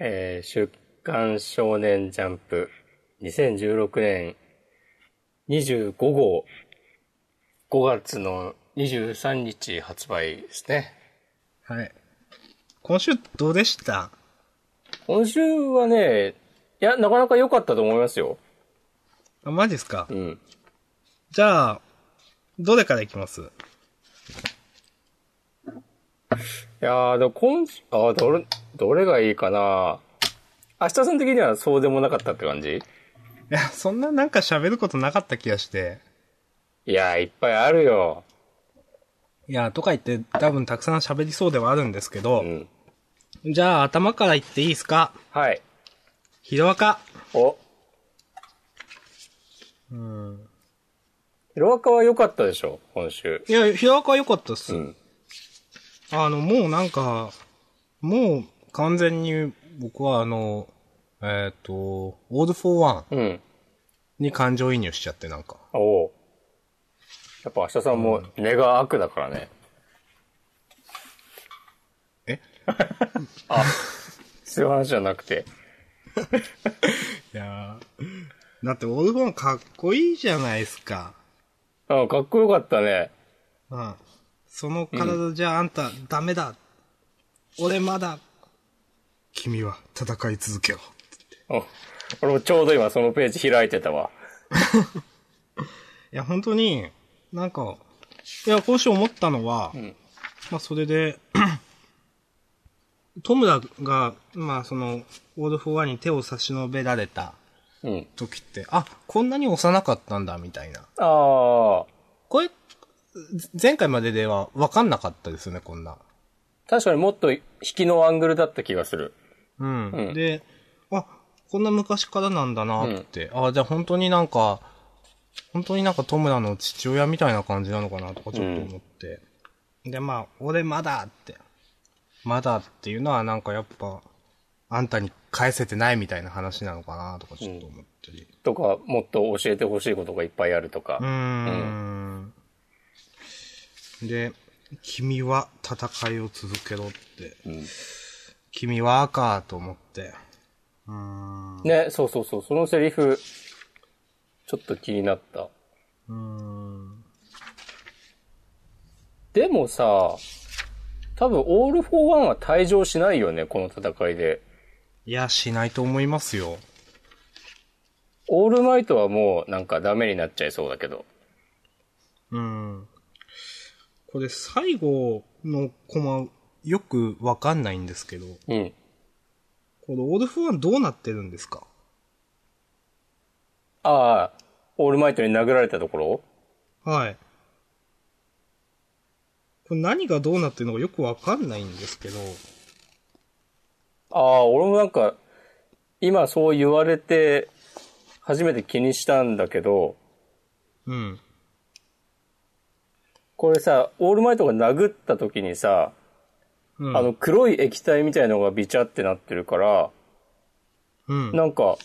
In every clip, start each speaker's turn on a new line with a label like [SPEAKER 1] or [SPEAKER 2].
[SPEAKER 1] えー週刊少年ジャンプ2016年25号5月の23日発売ですね。
[SPEAKER 2] はい。今週どうでした
[SPEAKER 1] 今週はね、いや、なかなか良かったと思いますよ。
[SPEAKER 2] あ、マジですか
[SPEAKER 1] うん。
[SPEAKER 2] じゃあ、どれからいきます
[SPEAKER 1] いやー、でも今週、あーどれ、どれがいいかな明日さん的にはそうでもなかったって感じ
[SPEAKER 2] いや、そんななんか喋ることなかった気がして。
[SPEAKER 1] いやー、いっぱいあるよ。
[SPEAKER 2] いや、とか言って多分たくさん喋りそうではあるんですけど
[SPEAKER 1] う、ん。
[SPEAKER 2] じゃあ頭から言っていいですか
[SPEAKER 1] はい。
[SPEAKER 2] ヒロアカ。
[SPEAKER 1] お、
[SPEAKER 2] うん。
[SPEAKER 1] ヒロアカは良かったでしょ今週。
[SPEAKER 2] いや、ヒロアカは良かったっす。
[SPEAKER 1] うん。
[SPEAKER 2] あの、もうなんか、もう完全に僕はあの、えっ、と、オールフォーワン
[SPEAKER 1] うん。
[SPEAKER 2] に感情移入しちゃってなんか。
[SPEAKER 1] おおう。やっぱ明日さんも根が悪だからね。
[SPEAKER 2] え
[SPEAKER 1] あ、そういう話じゃなくて。
[SPEAKER 2] いやーだってオールフォーワンかっこいいじゃないですか。
[SPEAKER 1] あかっこよかったね。
[SPEAKER 2] うん。その体じゃあんたダメだ。俺まだ。君は戦い続けろ。
[SPEAKER 1] お俺もちょうど今そのページ開いてたわ。
[SPEAKER 2] いや、本当に、なんか、いや、今週思ったのは、
[SPEAKER 1] ん
[SPEAKER 2] まあ、それで、 トムラが、まあ、その、オール・フォー・ワンに手を差し伸べられた
[SPEAKER 1] うん。
[SPEAKER 2] 時って、あ、こんなに幼かったんだ、みたいな。
[SPEAKER 1] ああ。
[SPEAKER 2] これ、前回まででは分かんなかったですよね、こんな。
[SPEAKER 1] 確かにもっと引きのアングルだった気がする。
[SPEAKER 2] うん。
[SPEAKER 1] うん
[SPEAKER 2] で、あ、こんな昔からなんだなって。あ、じゃあ本当になんか、本当になんかトムラの父親みたいな感じなのかなとかちょっと思って。で、まあ、俺まだって。まだっていうのはなんかやっぱ、あんたに返せてないみたいな話なのかなとかちょっと思ったり。
[SPEAKER 1] とか、もっと教えてほしいことがいっぱいあるとか。
[SPEAKER 2] うーん。で、君は戦いを続けろって。
[SPEAKER 1] ん
[SPEAKER 2] 君は赤と思って。うーん。
[SPEAKER 1] ね、そうそうそう。そのセリフ、ちょっと気になった。
[SPEAKER 2] うーん。
[SPEAKER 1] でもさ、多分オール・フォー・ワンは退場しないよね、この戦いで。
[SPEAKER 2] いや、しないと思いますよ。
[SPEAKER 1] オールマイトはもうなんかダメになっちゃいそうだけど。
[SPEAKER 2] うん。これ最後のコマ、よくわかんないんですけど、
[SPEAKER 1] うん。
[SPEAKER 2] これオールフォーワンどうなってるんですか
[SPEAKER 1] ああ、オールマイトに殴られたところ
[SPEAKER 2] はい。これ何がどうなってるのかよくわかんないんですけど、
[SPEAKER 1] ああ、俺もなんか、今そう言われて、初めて気にしたんだけど、
[SPEAKER 2] うん。
[SPEAKER 1] これさ、オールマイトが殴った時にさ、
[SPEAKER 2] うん。
[SPEAKER 1] あの、黒い液体みたいのがビチャってなってるから、
[SPEAKER 2] うん。
[SPEAKER 1] なんか、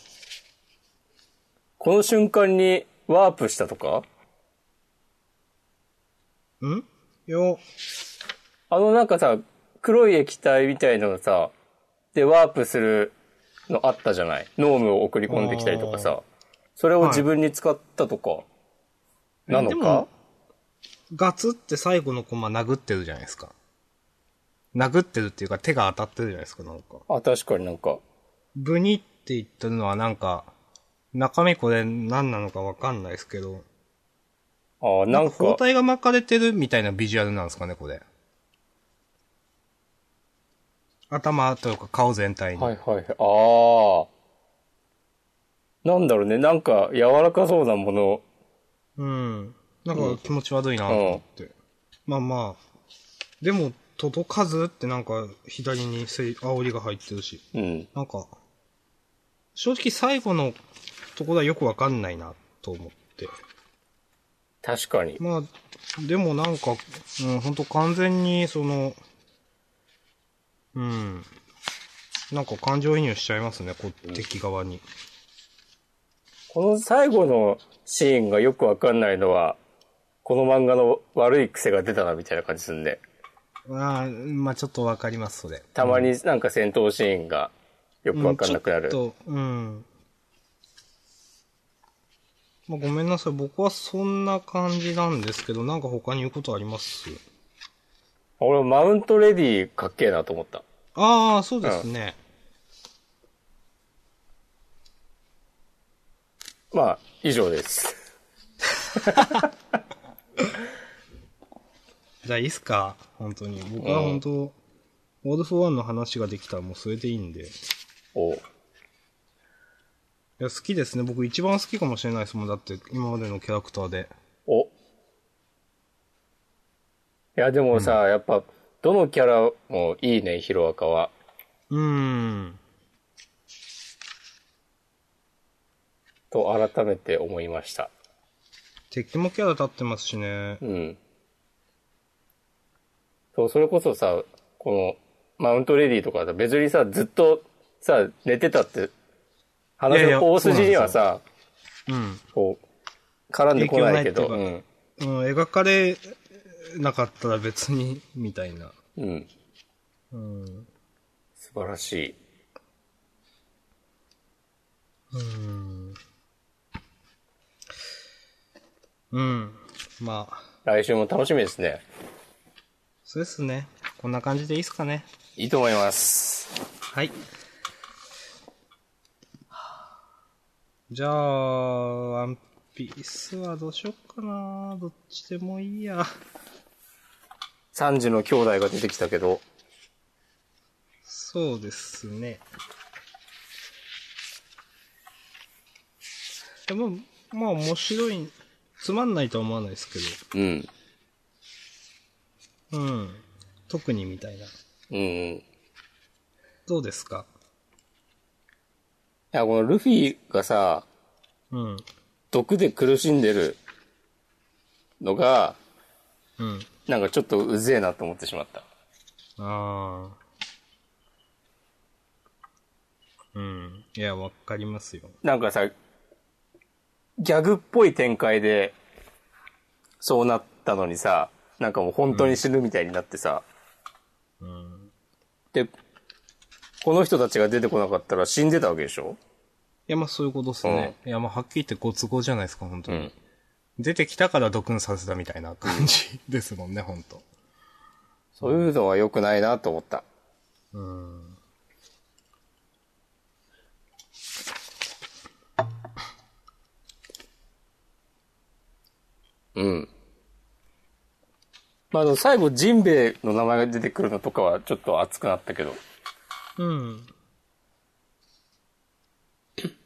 [SPEAKER 1] この瞬間にワープしたとか
[SPEAKER 2] うんよ、
[SPEAKER 1] あのなんかさ、黒い液体みたいのさ、でワープするのあったじゃないノームを送り込んできたりとかさ、それを自分に使ったとか、なの
[SPEAKER 2] で
[SPEAKER 1] か
[SPEAKER 2] もガツって最後のコマ殴ってるじゃないですか。殴ってるっていうか手が当たってるじゃないですか、なんか。
[SPEAKER 1] あ、確かになんか、
[SPEAKER 2] ブニって言ってるのはなんか、中身これ何なのかわかんないですけど、
[SPEAKER 1] あなん
[SPEAKER 2] 包
[SPEAKER 1] か、
[SPEAKER 2] 帯が巻かれてるみたいなビジュアルなんですかね、これ。頭というか顔全体に。
[SPEAKER 1] はいはい、ああ。なんだろうね、なんか柔らかそうなもの、
[SPEAKER 2] うん。なんか気持ち悪いなと思って。まあまあ。でも、届かずってなんか左にせい煽りが入ってるし。
[SPEAKER 1] うん。
[SPEAKER 2] なんか、正直最後のところはよくわかんないなと思って。
[SPEAKER 1] 確かに。
[SPEAKER 2] まあ、でもなんか、うん、ほんと完全に、その、うん、なんか感情移入しちゃいますね、こう、敵側に。
[SPEAKER 1] この最後のシーンがよくわかんないのは、この漫画の悪い癖が出たなみたいな感じすんで、
[SPEAKER 2] ああ、まあちょっとわかります、それ。
[SPEAKER 1] たまになんか戦闘シーンがよくわかんなくなる。
[SPEAKER 2] うん、ちょっと、うん。まあ、ごめんなさい。僕はそんな感じなんですけど、なんか他に言うことあります
[SPEAKER 1] 俺もマウントレディーかっけえなと思った。
[SPEAKER 2] ああ、そうですね。
[SPEAKER 1] まあ、以上です。
[SPEAKER 2] じゃあいいっすか本当に。僕は本当、オール・フォー・ワンの話ができたらもうそれでいいんで。い
[SPEAKER 1] おう
[SPEAKER 2] や、好きですね。僕一番好きかもしれないですもん。だって、今までのキャラクターで。
[SPEAKER 1] お。いや、でもさ、やっぱ、どのキャラもいいね、ヒロアカは。
[SPEAKER 2] うーん。
[SPEAKER 1] と、改めて思いました。
[SPEAKER 2] 敵もキャラ立ってますしね。
[SPEAKER 1] うん。そう、それこそさ、この、マウントレディとかさ、別にさ、ずっとさ、寝てたって、
[SPEAKER 2] い
[SPEAKER 1] 話
[SPEAKER 2] やいや
[SPEAKER 1] の大筋にはさ、
[SPEAKER 2] うん。
[SPEAKER 1] こう、絡んでこないけど、
[SPEAKER 2] 影響ないううん、描かれなかったら別に、みたいな。
[SPEAKER 1] ん。うん。
[SPEAKER 2] うん。
[SPEAKER 1] 素晴らしい。
[SPEAKER 2] うん。うん。まあ、
[SPEAKER 1] 来週も楽しみですね。
[SPEAKER 2] そうですね。こんな感じでいいっすかね。
[SPEAKER 1] いいと思います。
[SPEAKER 2] はい。じゃあ、ワンピースはどうしよっかな。どっちでもいいや。
[SPEAKER 1] 3時の兄弟が出てきたけど、
[SPEAKER 2] そうですね。でも、まあ面白い、つまんないとは思わないですけ
[SPEAKER 1] うん。
[SPEAKER 2] ど、うん。特にみたいな。
[SPEAKER 1] うん。い
[SPEAKER 2] どうですか
[SPEAKER 1] や、このルフィがさ、
[SPEAKER 2] うん。
[SPEAKER 1] 毒で苦しんでるのが、
[SPEAKER 2] うん。
[SPEAKER 1] なんかちょっとうぜえなと思ってしまった。
[SPEAKER 2] ああ。うん。いや、わかりますよ。
[SPEAKER 1] なんかさ、ギャグっぽい展開で、そうなったのにさ、なんかもう本当に死ぬみたいになってさ、
[SPEAKER 2] うん。
[SPEAKER 1] で、この人たちが出てこなかったら死んでたわけでしょ
[SPEAKER 2] いや、まあそういうことですね。いや、まあはっきり言ってご都合じゃないですか、本当に。。出てきたからドクンさせたみたいな感じですもんね、本当
[SPEAKER 1] そういうのは良くないなと思った。
[SPEAKER 2] うん。
[SPEAKER 1] うん。まあ、あの、最後、ジンベエの名前が出てくるのとかはちょっと熱くなったけど。
[SPEAKER 2] うん。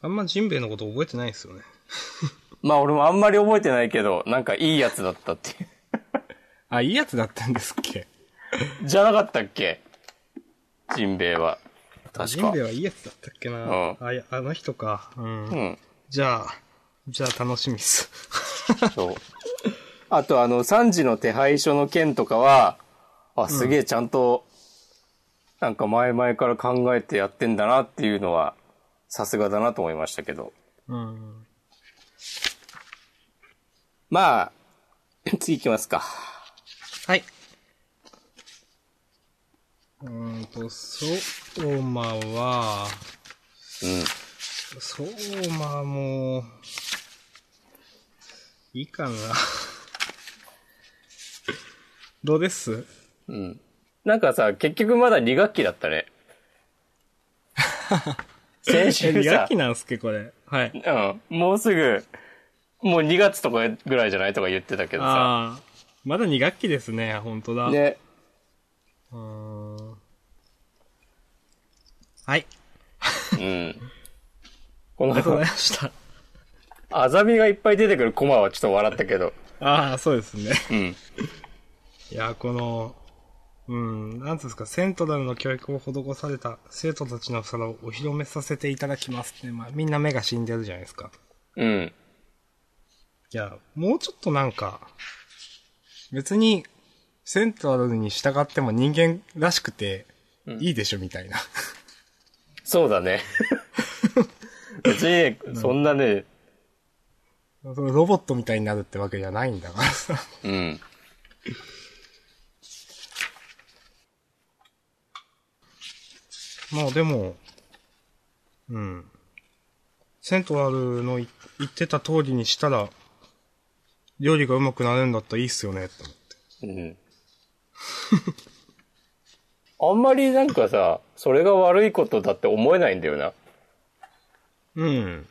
[SPEAKER 2] あんまジンベエのこと覚えてないですよね。
[SPEAKER 1] まあ、俺もあんまり覚えてないけど、なんかいいやつだったってい
[SPEAKER 2] あ、いいやつだったんですっけ
[SPEAKER 1] う。じゃなかったっけジンベエは。確
[SPEAKER 2] ジン
[SPEAKER 1] か
[SPEAKER 2] ベエ。はいいやつだったっけな。
[SPEAKER 1] うん
[SPEAKER 2] あいやあの人か。うん。
[SPEAKER 1] うん。
[SPEAKER 2] じゃあ、じゃあ楽しみっす。
[SPEAKER 1] そう。あと、あの、三時の手配書の件とかは、あ、すげえちゃんと、なんか前々から考えてやってんだなっていうのは、さすがだなと思いましたけど。
[SPEAKER 2] うん。
[SPEAKER 1] まあ、 次行きますか。
[SPEAKER 2] はい。うーんと、そうまは、
[SPEAKER 1] うん。
[SPEAKER 2] そうまも、いいかな。 どうです
[SPEAKER 1] うん。なんかさ、結局まだ2学期だ ったね。先
[SPEAKER 2] え、
[SPEAKER 1] 週
[SPEAKER 2] 2
[SPEAKER 1] さ
[SPEAKER 2] 学期、なんすっけ、これ。はい。
[SPEAKER 1] うん、もうすぐ、もう2月とかぐらいじゃないとか言ってたけどさ。
[SPEAKER 2] ああ、まだ2学期ですね、本当だ。
[SPEAKER 1] ね。
[SPEAKER 2] うーん。はい。
[SPEAKER 1] うん。こ
[SPEAKER 2] ありがとうご
[SPEAKER 1] の、
[SPEAKER 2] ざいました。
[SPEAKER 1] あざみがいっぱい出てくるコマはちょっと笑ったけど。
[SPEAKER 2] ああ、そうですね。
[SPEAKER 1] うん。
[SPEAKER 2] いや、この、うん、なんつうんですか、セントラルの教育を施された生徒たちの皿をお披露目させていただきますって、まあ、みんな目が死んでるじゃないですか。
[SPEAKER 1] うん。
[SPEAKER 2] いや、もうちょっとなんか、別に、セントラルに従っても人間らしくて、いいでしょ、みたいな。
[SPEAKER 1] そうだね。 別にね、そんなね、
[SPEAKER 2] そのロボットみたいになるってわけじゃないんだからさ。
[SPEAKER 1] うん。
[SPEAKER 2] まあでも、うん。セントラルのい言ってた通りにしたら、料理がうまくなれるんだったらいいっすよね、って思って。
[SPEAKER 1] うん。あんまりなんかさ、それが悪いことだって思えないんだよな。
[SPEAKER 2] うん。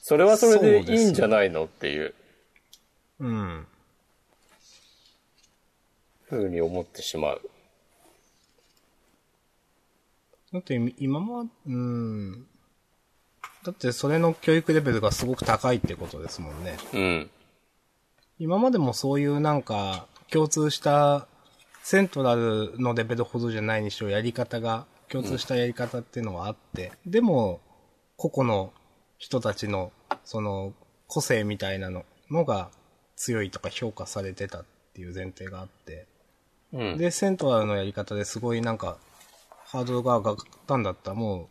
[SPEAKER 1] それはそれでいいんじゃないのっていう
[SPEAKER 2] うん。
[SPEAKER 1] ふうに思ってしまう。
[SPEAKER 2] だってみ今ま、うん。だってそれの教育レベルがすごく高いってことですもんね。
[SPEAKER 1] うん。
[SPEAKER 2] 今までもそういうなんか、共通した、セントラルのレベルほどじゃないにしろやり方が、共通したやり方っていうのはあって、でも、個々の人たちの、その、個性みたいなののが強いとか評価されてたっていう前提があって、
[SPEAKER 1] うん。
[SPEAKER 2] で、セントラルのやり方ですごいなんか、ハードルが上がったんだったらもう、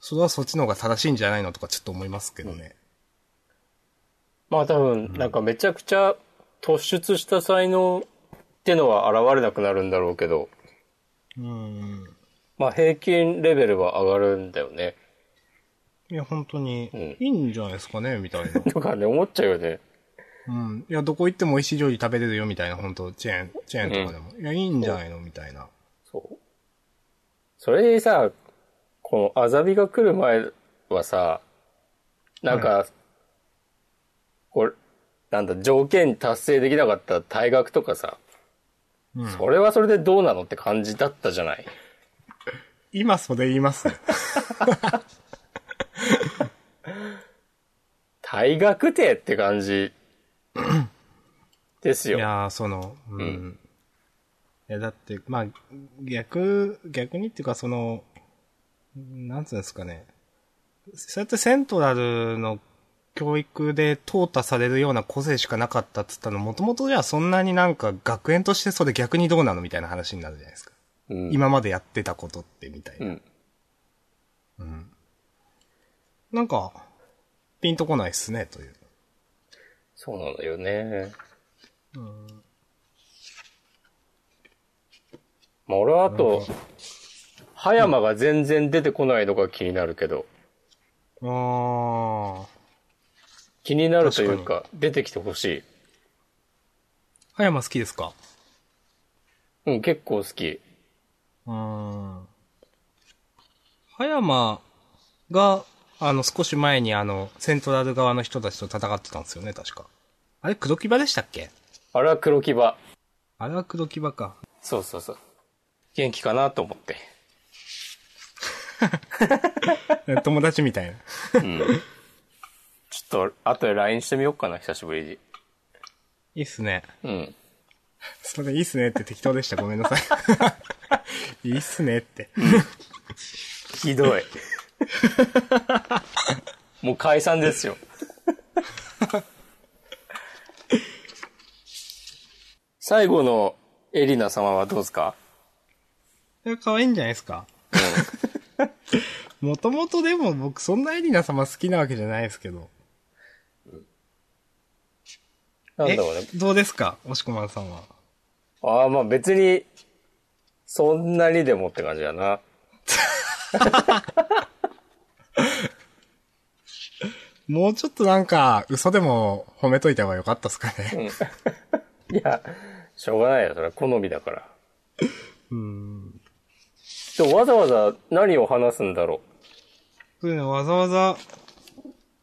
[SPEAKER 2] それはそっちの方が正しいんじゃないのとかちょっと思いますけどね。
[SPEAKER 1] まあ多分、なんかめちゃくちゃ突出した才能ってのは現れなくなるんだろうけど、
[SPEAKER 2] うん。
[SPEAKER 1] まあ平均レベルは上がるんだよね。
[SPEAKER 2] いや、本当に
[SPEAKER 1] ん、
[SPEAKER 2] いいんじゃないですかね、みたいな。
[SPEAKER 1] とかね、思っちゃうよね。
[SPEAKER 2] うん。いや、どこ行っても美味しい料理食べれるよ、みたいな、本当チェーン、チェーンとかでも。いや、いいんじゃないのみたいな。
[SPEAKER 1] そう。それでさ、このアザミが来る前はさ、なんか、これ、なんだ、条件達成できなかった退学とかさ、
[SPEAKER 2] うん
[SPEAKER 1] それはそれでどうなのって感じだったじゃない。
[SPEAKER 2] 今それ言います。
[SPEAKER 1] 退学てって感じです
[SPEAKER 2] い
[SPEAKER 1] よ。
[SPEAKER 2] やー、その、うん。いや、だって、まあ、逆、逆にっていうか、その、なんつうんですかね。そうやってセントラルの教育で淘汰されるような個性しかなかったっつったの、もともとじゃあそんなになんか学園としてそれ逆にどうなのみたいな話になるじゃないですか。
[SPEAKER 1] うん
[SPEAKER 2] 今までやってたことってみたいな。
[SPEAKER 1] うん
[SPEAKER 2] なんか、ピンとこないっすね、という。
[SPEAKER 1] そうなんだよね。まあ俺はあと、葉山が全然出てこないのが気になるけど、
[SPEAKER 2] ああ。
[SPEAKER 1] 気になるというか、出てきてほし
[SPEAKER 2] 葉山好きですか
[SPEAKER 1] い。うん、結構好き。
[SPEAKER 2] うーん。葉山が、あの、少し前にあの、セントラル側の人たちと戦ってたんですよね、確か。あれ、黒木場でしたっけ
[SPEAKER 1] あれは黒木場。
[SPEAKER 2] あれは黒木場か。
[SPEAKER 1] そうそうそう。元気かなと思って。
[SPEAKER 2] 友達みたいな。
[SPEAKER 1] ちょっと、後で LINE してみようかな、久しぶりに。
[SPEAKER 2] いいっすね。
[SPEAKER 1] うん。
[SPEAKER 2] それいいっすねって適当でした。ごめんなさ い。いいっすねって。
[SPEAKER 1] ひど い。もう解散ですよ。最後のエリナ様はどうですか
[SPEAKER 2] いや、可愛いんじゃないですか。もともとでも僕そんなエリナ様好きなわけじゃないですけど。
[SPEAKER 1] なんだろうね。
[SPEAKER 2] えどうですか押しこまんさんは。
[SPEAKER 1] ああ、まあ別に、そんなにでもって感じだな。
[SPEAKER 2] もうちょっとなんか、嘘でも褒めといた方がよかったっすかね。
[SPEAKER 1] いや、しょうがないよ。それは好みだから。うん。でもわざわざ何を話すんだろ
[SPEAKER 2] そういうのわざわざ、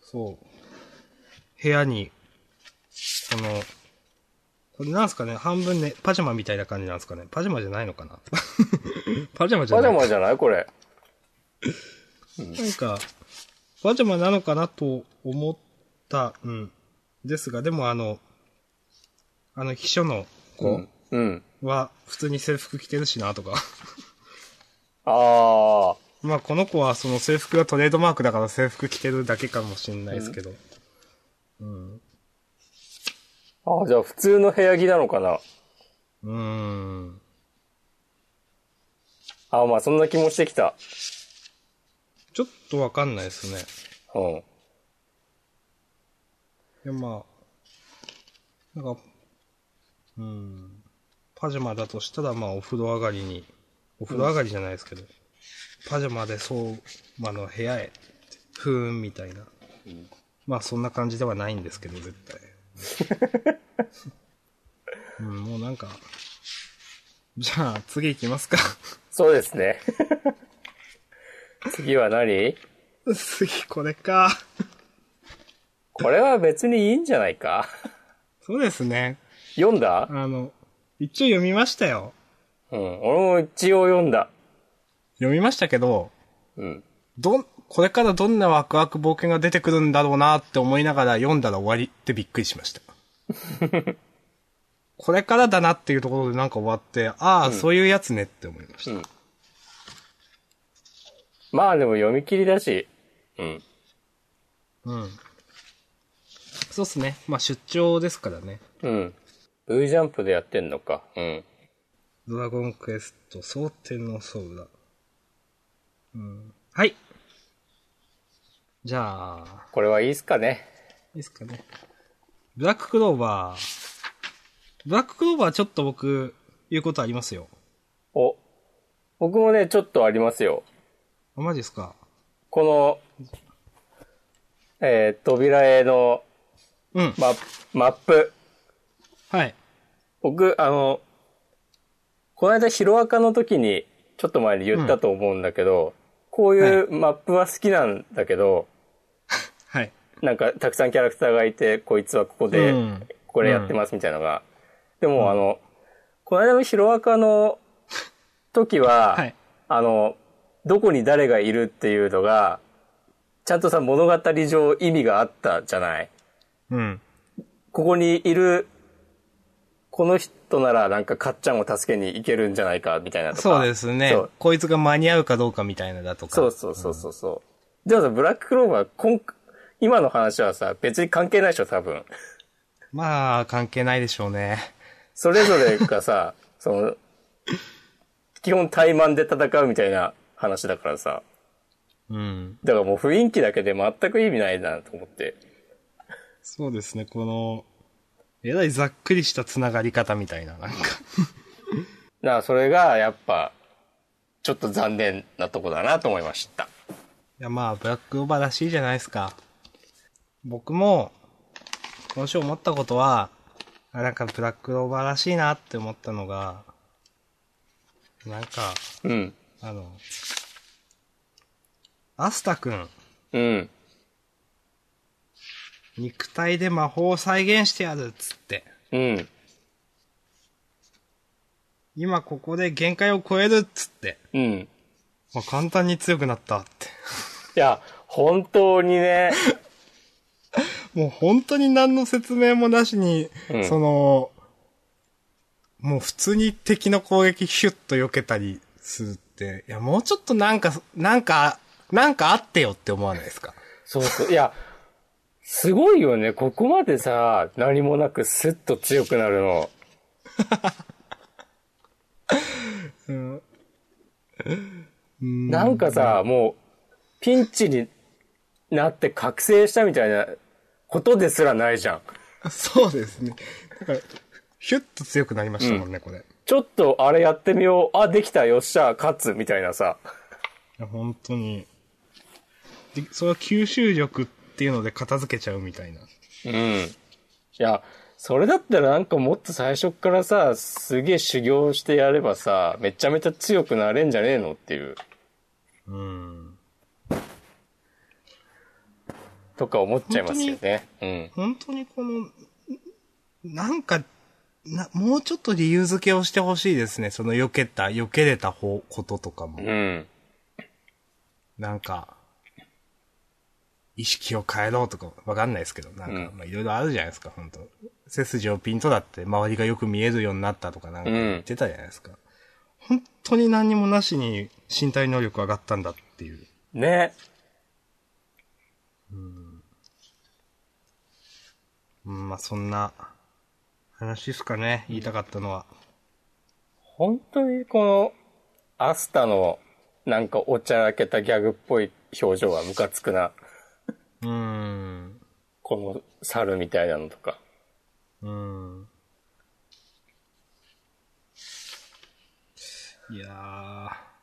[SPEAKER 2] そう、部屋に、この、これなんすかね半分ね、パジャマみたいな感じなんですかねパジャマじゃないの かなパジャマ
[SPEAKER 1] う。
[SPEAKER 2] じゃ
[SPEAKER 1] パジ
[SPEAKER 2] な
[SPEAKER 1] ャ
[SPEAKER 2] い
[SPEAKER 1] マじゃないこれ。
[SPEAKER 2] なんか、パジャマなのかなと思った、うん。ですが、でもあの、あの秘書の子
[SPEAKER 1] うん。
[SPEAKER 2] は普通に制服着てるしなとか。
[SPEAKER 1] ああ。
[SPEAKER 2] まあこの子はその制服がトレードマークだから制服着てるだけかもしれないですけど。
[SPEAKER 1] ああ、じゃあ普通の部屋着なのかな。
[SPEAKER 2] うーん。
[SPEAKER 1] ああ、まあそんな気もしてきた。
[SPEAKER 2] ちょっとわかんないですね。
[SPEAKER 1] うん。
[SPEAKER 2] でまあ、なんか、うん。パジャマだとしたらまあお風呂上がりに、お風呂上がりじゃないですけど、パジャマでそう、まあの部屋へ、ふーんみたいな。まあそんな感じではないんですけど、絶対。うん、もうなんか、じゃあ次行きますか。
[SPEAKER 1] そうですね。次は何
[SPEAKER 2] 次これか。
[SPEAKER 1] これは別にいいんじゃないか
[SPEAKER 2] そうですね。
[SPEAKER 1] 読んだ
[SPEAKER 2] あの、一応読みましたよ。
[SPEAKER 1] うん。俺も一応読んだ。
[SPEAKER 2] 読みましたけど、
[SPEAKER 1] うん。
[SPEAKER 2] どん、これからどんなワクワク冒険が出てくるんだろうなって思いながら読んだら終わりってびっくりしました。これからだなっていうところでなんか終わって、ああ、そういうやつねって思いました。
[SPEAKER 1] うんまあでも読み切りだし。うん。
[SPEAKER 2] うん。そうっすね。まあ出張ですからね。
[SPEAKER 1] うん。V ジャンプでやってんのか。うん。
[SPEAKER 2] ドラゴンクエスト、蒼天のソウだ。うん。はい。じゃあ、
[SPEAKER 1] これはいいっすかね。
[SPEAKER 2] いいですかね。ブラッククローバー。ブラッククローバーちょっと僕、言うことありますよ。
[SPEAKER 1] お。僕もね、ちょっとありますよ。
[SPEAKER 2] あ、マジですか
[SPEAKER 1] この、えー、扉絵の
[SPEAKER 2] うん。
[SPEAKER 1] ママップ。
[SPEAKER 2] はい。
[SPEAKER 1] 僕、あの、この間ヒロアカの時に、ちょっと前に言ったと思うんだけど、こういうマップは好きなんだけど、
[SPEAKER 2] はい。
[SPEAKER 1] なんかたくさんキャラクターがいて、こいつはここで、
[SPEAKER 2] うん
[SPEAKER 1] これやってますみたいなのが。でも、あの、この間のヒロアカの時 は、
[SPEAKER 2] はい。
[SPEAKER 1] あの、どこに誰がいるっていうのが、ちゃんとさ、物語上意味があったじゃない。
[SPEAKER 2] うん。
[SPEAKER 1] ここにいる、この人ならなんかかっちゃんを助けに行けるんじゃないか、みたいなとか。
[SPEAKER 2] そうですね
[SPEAKER 1] そう。
[SPEAKER 2] こいつが間に合うかどうかみたいなだとか。
[SPEAKER 1] そうそうそうそうそう。でもさ、ブラッククローバー、今今の話はさ、別に関係ないでしょ、多分。
[SPEAKER 2] まあ、関係ないでしょうね。
[SPEAKER 1] それぞれが さ、その、基本怠慢で戦うみたいな話だからさ。
[SPEAKER 2] うん。
[SPEAKER 1] だからもう雰囲気だけで全く意味ないなと思って。
[SPEAKER 2] そうですね、この、えらいざっくりしたつながり方みたいな、なんか。
[SPEAKER 1] だからそれがやっぱ、ちょっと残念なとこだなと思いました。
[SPEAKER 2] いや、まあ、ブラックオーバーらしいじゃないですか。僕も、今週思ったことは、あなんかブラックオーバーらしいなって思ったのが、なんか、
[SPEAKER 1] うん。
[SPEAKER 2] あの、アスタ君、
[SPEAKER 1] うん。
[SPEAKER 2] 肉体で魔法を再現してやるっつって、
[SPEAKER 1] うん。
[SPEAKER 2] 今ここで限界を超えるっつって、
[SPEAKER 1] うん。
[SPEAKER 2] まあ、簡単に強くなったって。
[SPEAKER 1] いや、本当に ね。
[SPEAKER 2] もう本当に何の説明もなしに、
[SPEAKER 1] うん
[SPEAKER 2] その、もう普通に敵の攻撃ヒュッと避けたりするって、いや、もうちょっとなんか、なんか、なんかあってよって思わないですか。
[SPEAKER 1] そうそう。いや、すごいよね。ここまでさ、何もなくスッと強くなるの。
[SPEAKER 2] うん。
[SPEAKER 1] なんかさ、もう、ピンチになって覚醒したみたいなことですらないじゃん。
[SPEAKER 2] そうですね。なんか、ヒュッと強くなりましたもんね、これ。い
[SPEAKER 1] ちょっとあれやってみよう。あ、できた。よっしゃ、勝つ。みたいなさ。
[SPEAKER 2] や、本当に。で、それは吸収力っていうので片付けちゃうみたいな。
[SPEAKER 1] うん。いや、それだったらなんかもっと最初っからさ、すげえ修行してやればさ、めちゃめちゃ強くなれんじゃねえのっていう、
[SPEAKER 2] うん。
[SPEAKER 1] とか思っちゃいますよね。うん。
[SPEAKER 2] 本当にこの、んなんか、な、もうちょっと理由付けをしてほしいですね。その避けた、避けれた方、こととかも。
[SPEAKER 1] うん。
[SPEAKER 2] なんか、意識を変えろとか、わかんないですけど、なんか、
[SPEAKER 1] うん
[SPEAKER 2] まあいろいろあるじゃないですか、本当背筋をピンとだって、周りがよく見えるようになったとかなんか言ってたじゃないですか。本当に何にもなしに身体能力上がったんだっていう。
[SPEAKER 1] ね。
[SPEAKER 2] うん、まあそんな話ですかね、言いたかったのは。
[SPEAKER 1] 本当にこの、アスタの、なんかおちゃらけたギャグっぽい表情はムカつくな。
[SPEAKER 2] うん。
[SPEAKER 1] この猿みたいなのとか。
[SPEAKER 2] うん。いやー。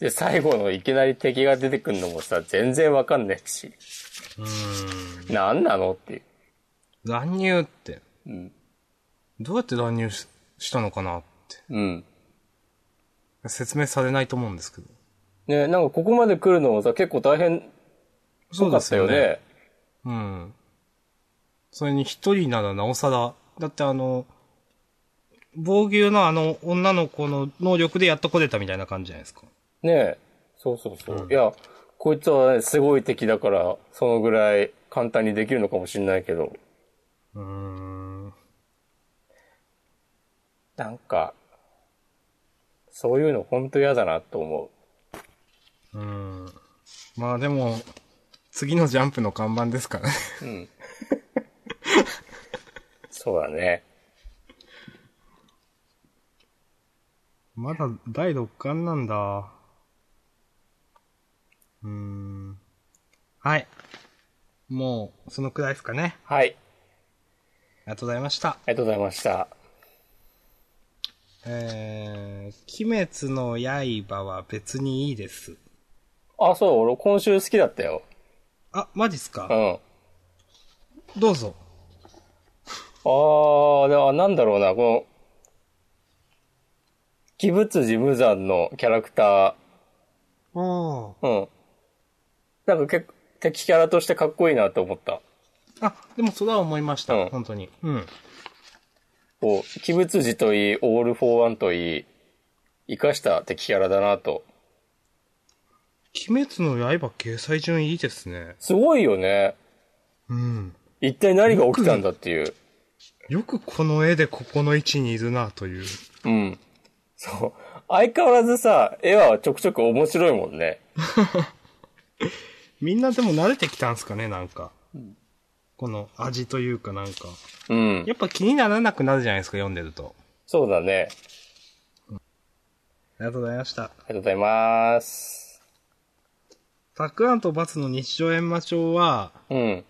[SPEAKER 1] で、最後のいきなり敵が出てくるのもさ、全然わかんないし、
[SPEAKER 2] うーん。
[SPEAKER 1] なんなのっていう。
[SPEAKER 2] 乱入って、
[SPEAKER 1] うん。
[SPEAKER 2] どうやって乱入ししたのかなって。
[SPEAKER 1] うん。
[SPEAKER 2] 説明されないと思うんですけど。
[SPEAKER 1] ねなんかここまで来るのもさ、結構大変そうだったよね。
[SPEAKER 2] そうですようん。それに一人ならなおさら、だってあの、防御のあの女の子の能力でやっとこれたみたいな感じじゃないですか。
[SPEAKER 1] ねえ。そうそうそう。いや、こいつはね、すごい敵だから、そのぐらい簡単にできるのかもしれないけど、
[SPEAKER 2] うーん。
[SPEAKER 1] なんか、そういうの本当嫌だなと思
[SPEAKER 2] うん。まあでも、次のジャンプの看板ですからね。
[SPEAKER 1] う。うん。そうだね。
[SPEAKER 2] まだ第6巻なんだ。うーん。はい。もう、そのくらいですかね。
[SPEAKER 1] はい。
[SPEAKER 2] ありがとうございました。
[SPEAKER 1] ありがとうございました。
[SPEAKER 2] えー、鬼滅の刃は別にいいです。
[SPEAKER 1] あ、そう、俺今週好きだったよ。
[SPEAKER 2] あ、マジっす
[SPEAKER 1] う
[SPEAKER 2] か
[SPEAKER 1] ん。あ
[SPEAKER 2] どうぞ。
[SPEAKER 1] ー、であなんだろうな、この、鬼物寺無惨のキャラクタ
[SPEAKER 2] あ
[SPEAKER 1] ー、うん。なんか結構、敵キャラとしてかっこいいなと思った。
[SPEAKER 2] あ、でもそれは思いました。
[SPEAKER 1] うん
[SPEAKER 2] 本当に。うん。
[SPEAKER 1] こう、鬼物児といい、オール・フォー・ワンといい、生かした敵キャラだなと。
[SPEAKER 2] 鬼滅の刃掲載順いいですね。
[SPEAKER 1] すごいよね。
[SPEAKER 2] うん。
[SPEAKER 1] 一体何が起きたんだっていう。
[SPEAKER 2] よくこの絵でここの位置にいるなという。
[SPEAKER 1] うん。そう。相変わらずさ、絵はちょくちょく面白いもんね。
[SPEAKER 2] みんなでも慣れてきたんすかね、なんか。この味というかなんか。
[SPEAKER 1] うん。
[SPEAKER 2] やっぱ気にならなくなるじゃないですか、読んでると。
[SPEAKER 1] そうだね。
[SPEAKER 2] ありがとうございました。
[SPEAKER 1] ありがとうございます。
[SPEAKER 2] たくあんとバツの日常閻魔帳は、
[SPEAKER 1] うん。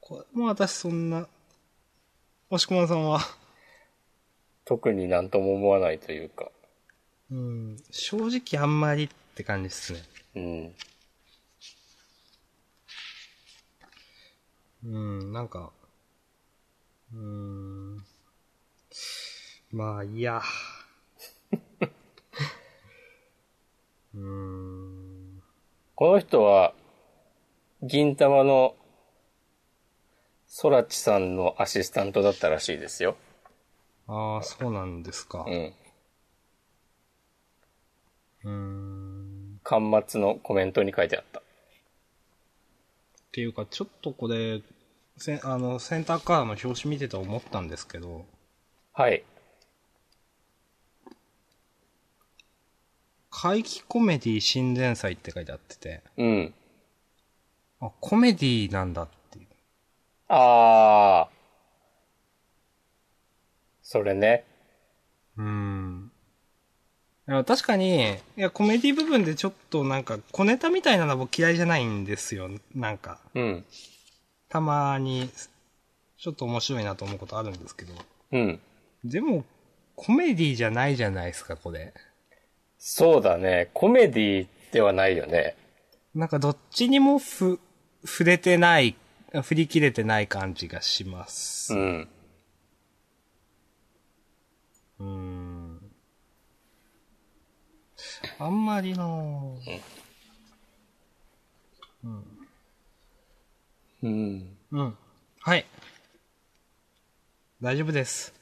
[SPEAKER 2] これも私そんな、もしくまさんは、
[SPEAKER 1] 特になんとも思わないというか。
[SPEAKER 2] うん、正直あんまりって感じですね。
[SPEAKER 1] うん。
[SPEAKER 2] うん、なんか、うーん、まあ、いいや。うーん、
[SPEAKER 1] この人は、銀玉の、ソラチさんのアシスタントだったらしいですよ。
[SPEAKER 2] ああ、そうなんですか
[SPEAKER 1] う。ん。
[SPEAKER 2] うーん、
[SPEAKER 1] 巻末のコメントに書いてあった。
[SPEAKER 2] っていうか、ちょっとこれ、せんあの、センターカラーの表紙見てて思ったんですけど、
[SPEAKER 1] はい。
[SPEAKER 2] 怪奇コメディ新前祭って書いてあってて、
[SPEAKER 1] うん。
[SPEAKER 2] あ、コメディなんだっていう。
[SPEAKER 1] あー。それね。
[SPEAKER 2] うん。いや確かに、いや、コメディ部分でちょっとなんか、小ネタみたいなの僕嫌いじゃないんですよ。なんか、
[SPEAKER 1] うん。
[SPEAKER 2] たまに、ちょっと面白いなと思うことあるんですけど。
[SPEAKER 1] うん。
[SPEAKER 2] でも、コメディじゃないじゃないですか、これ。
[SPEAKER 1] そうだね。コメディではないよね。
[SPEAKER 2] なんか、どっちにもふ、触れてない、振り切れてない感じがします
[SPEAKER 1] う。ん。
[SPEAKER 2] うーん。あんまりの
[SPEAKER 1] うん。
[SPEAKER 2] うん。はい。大丈夫です。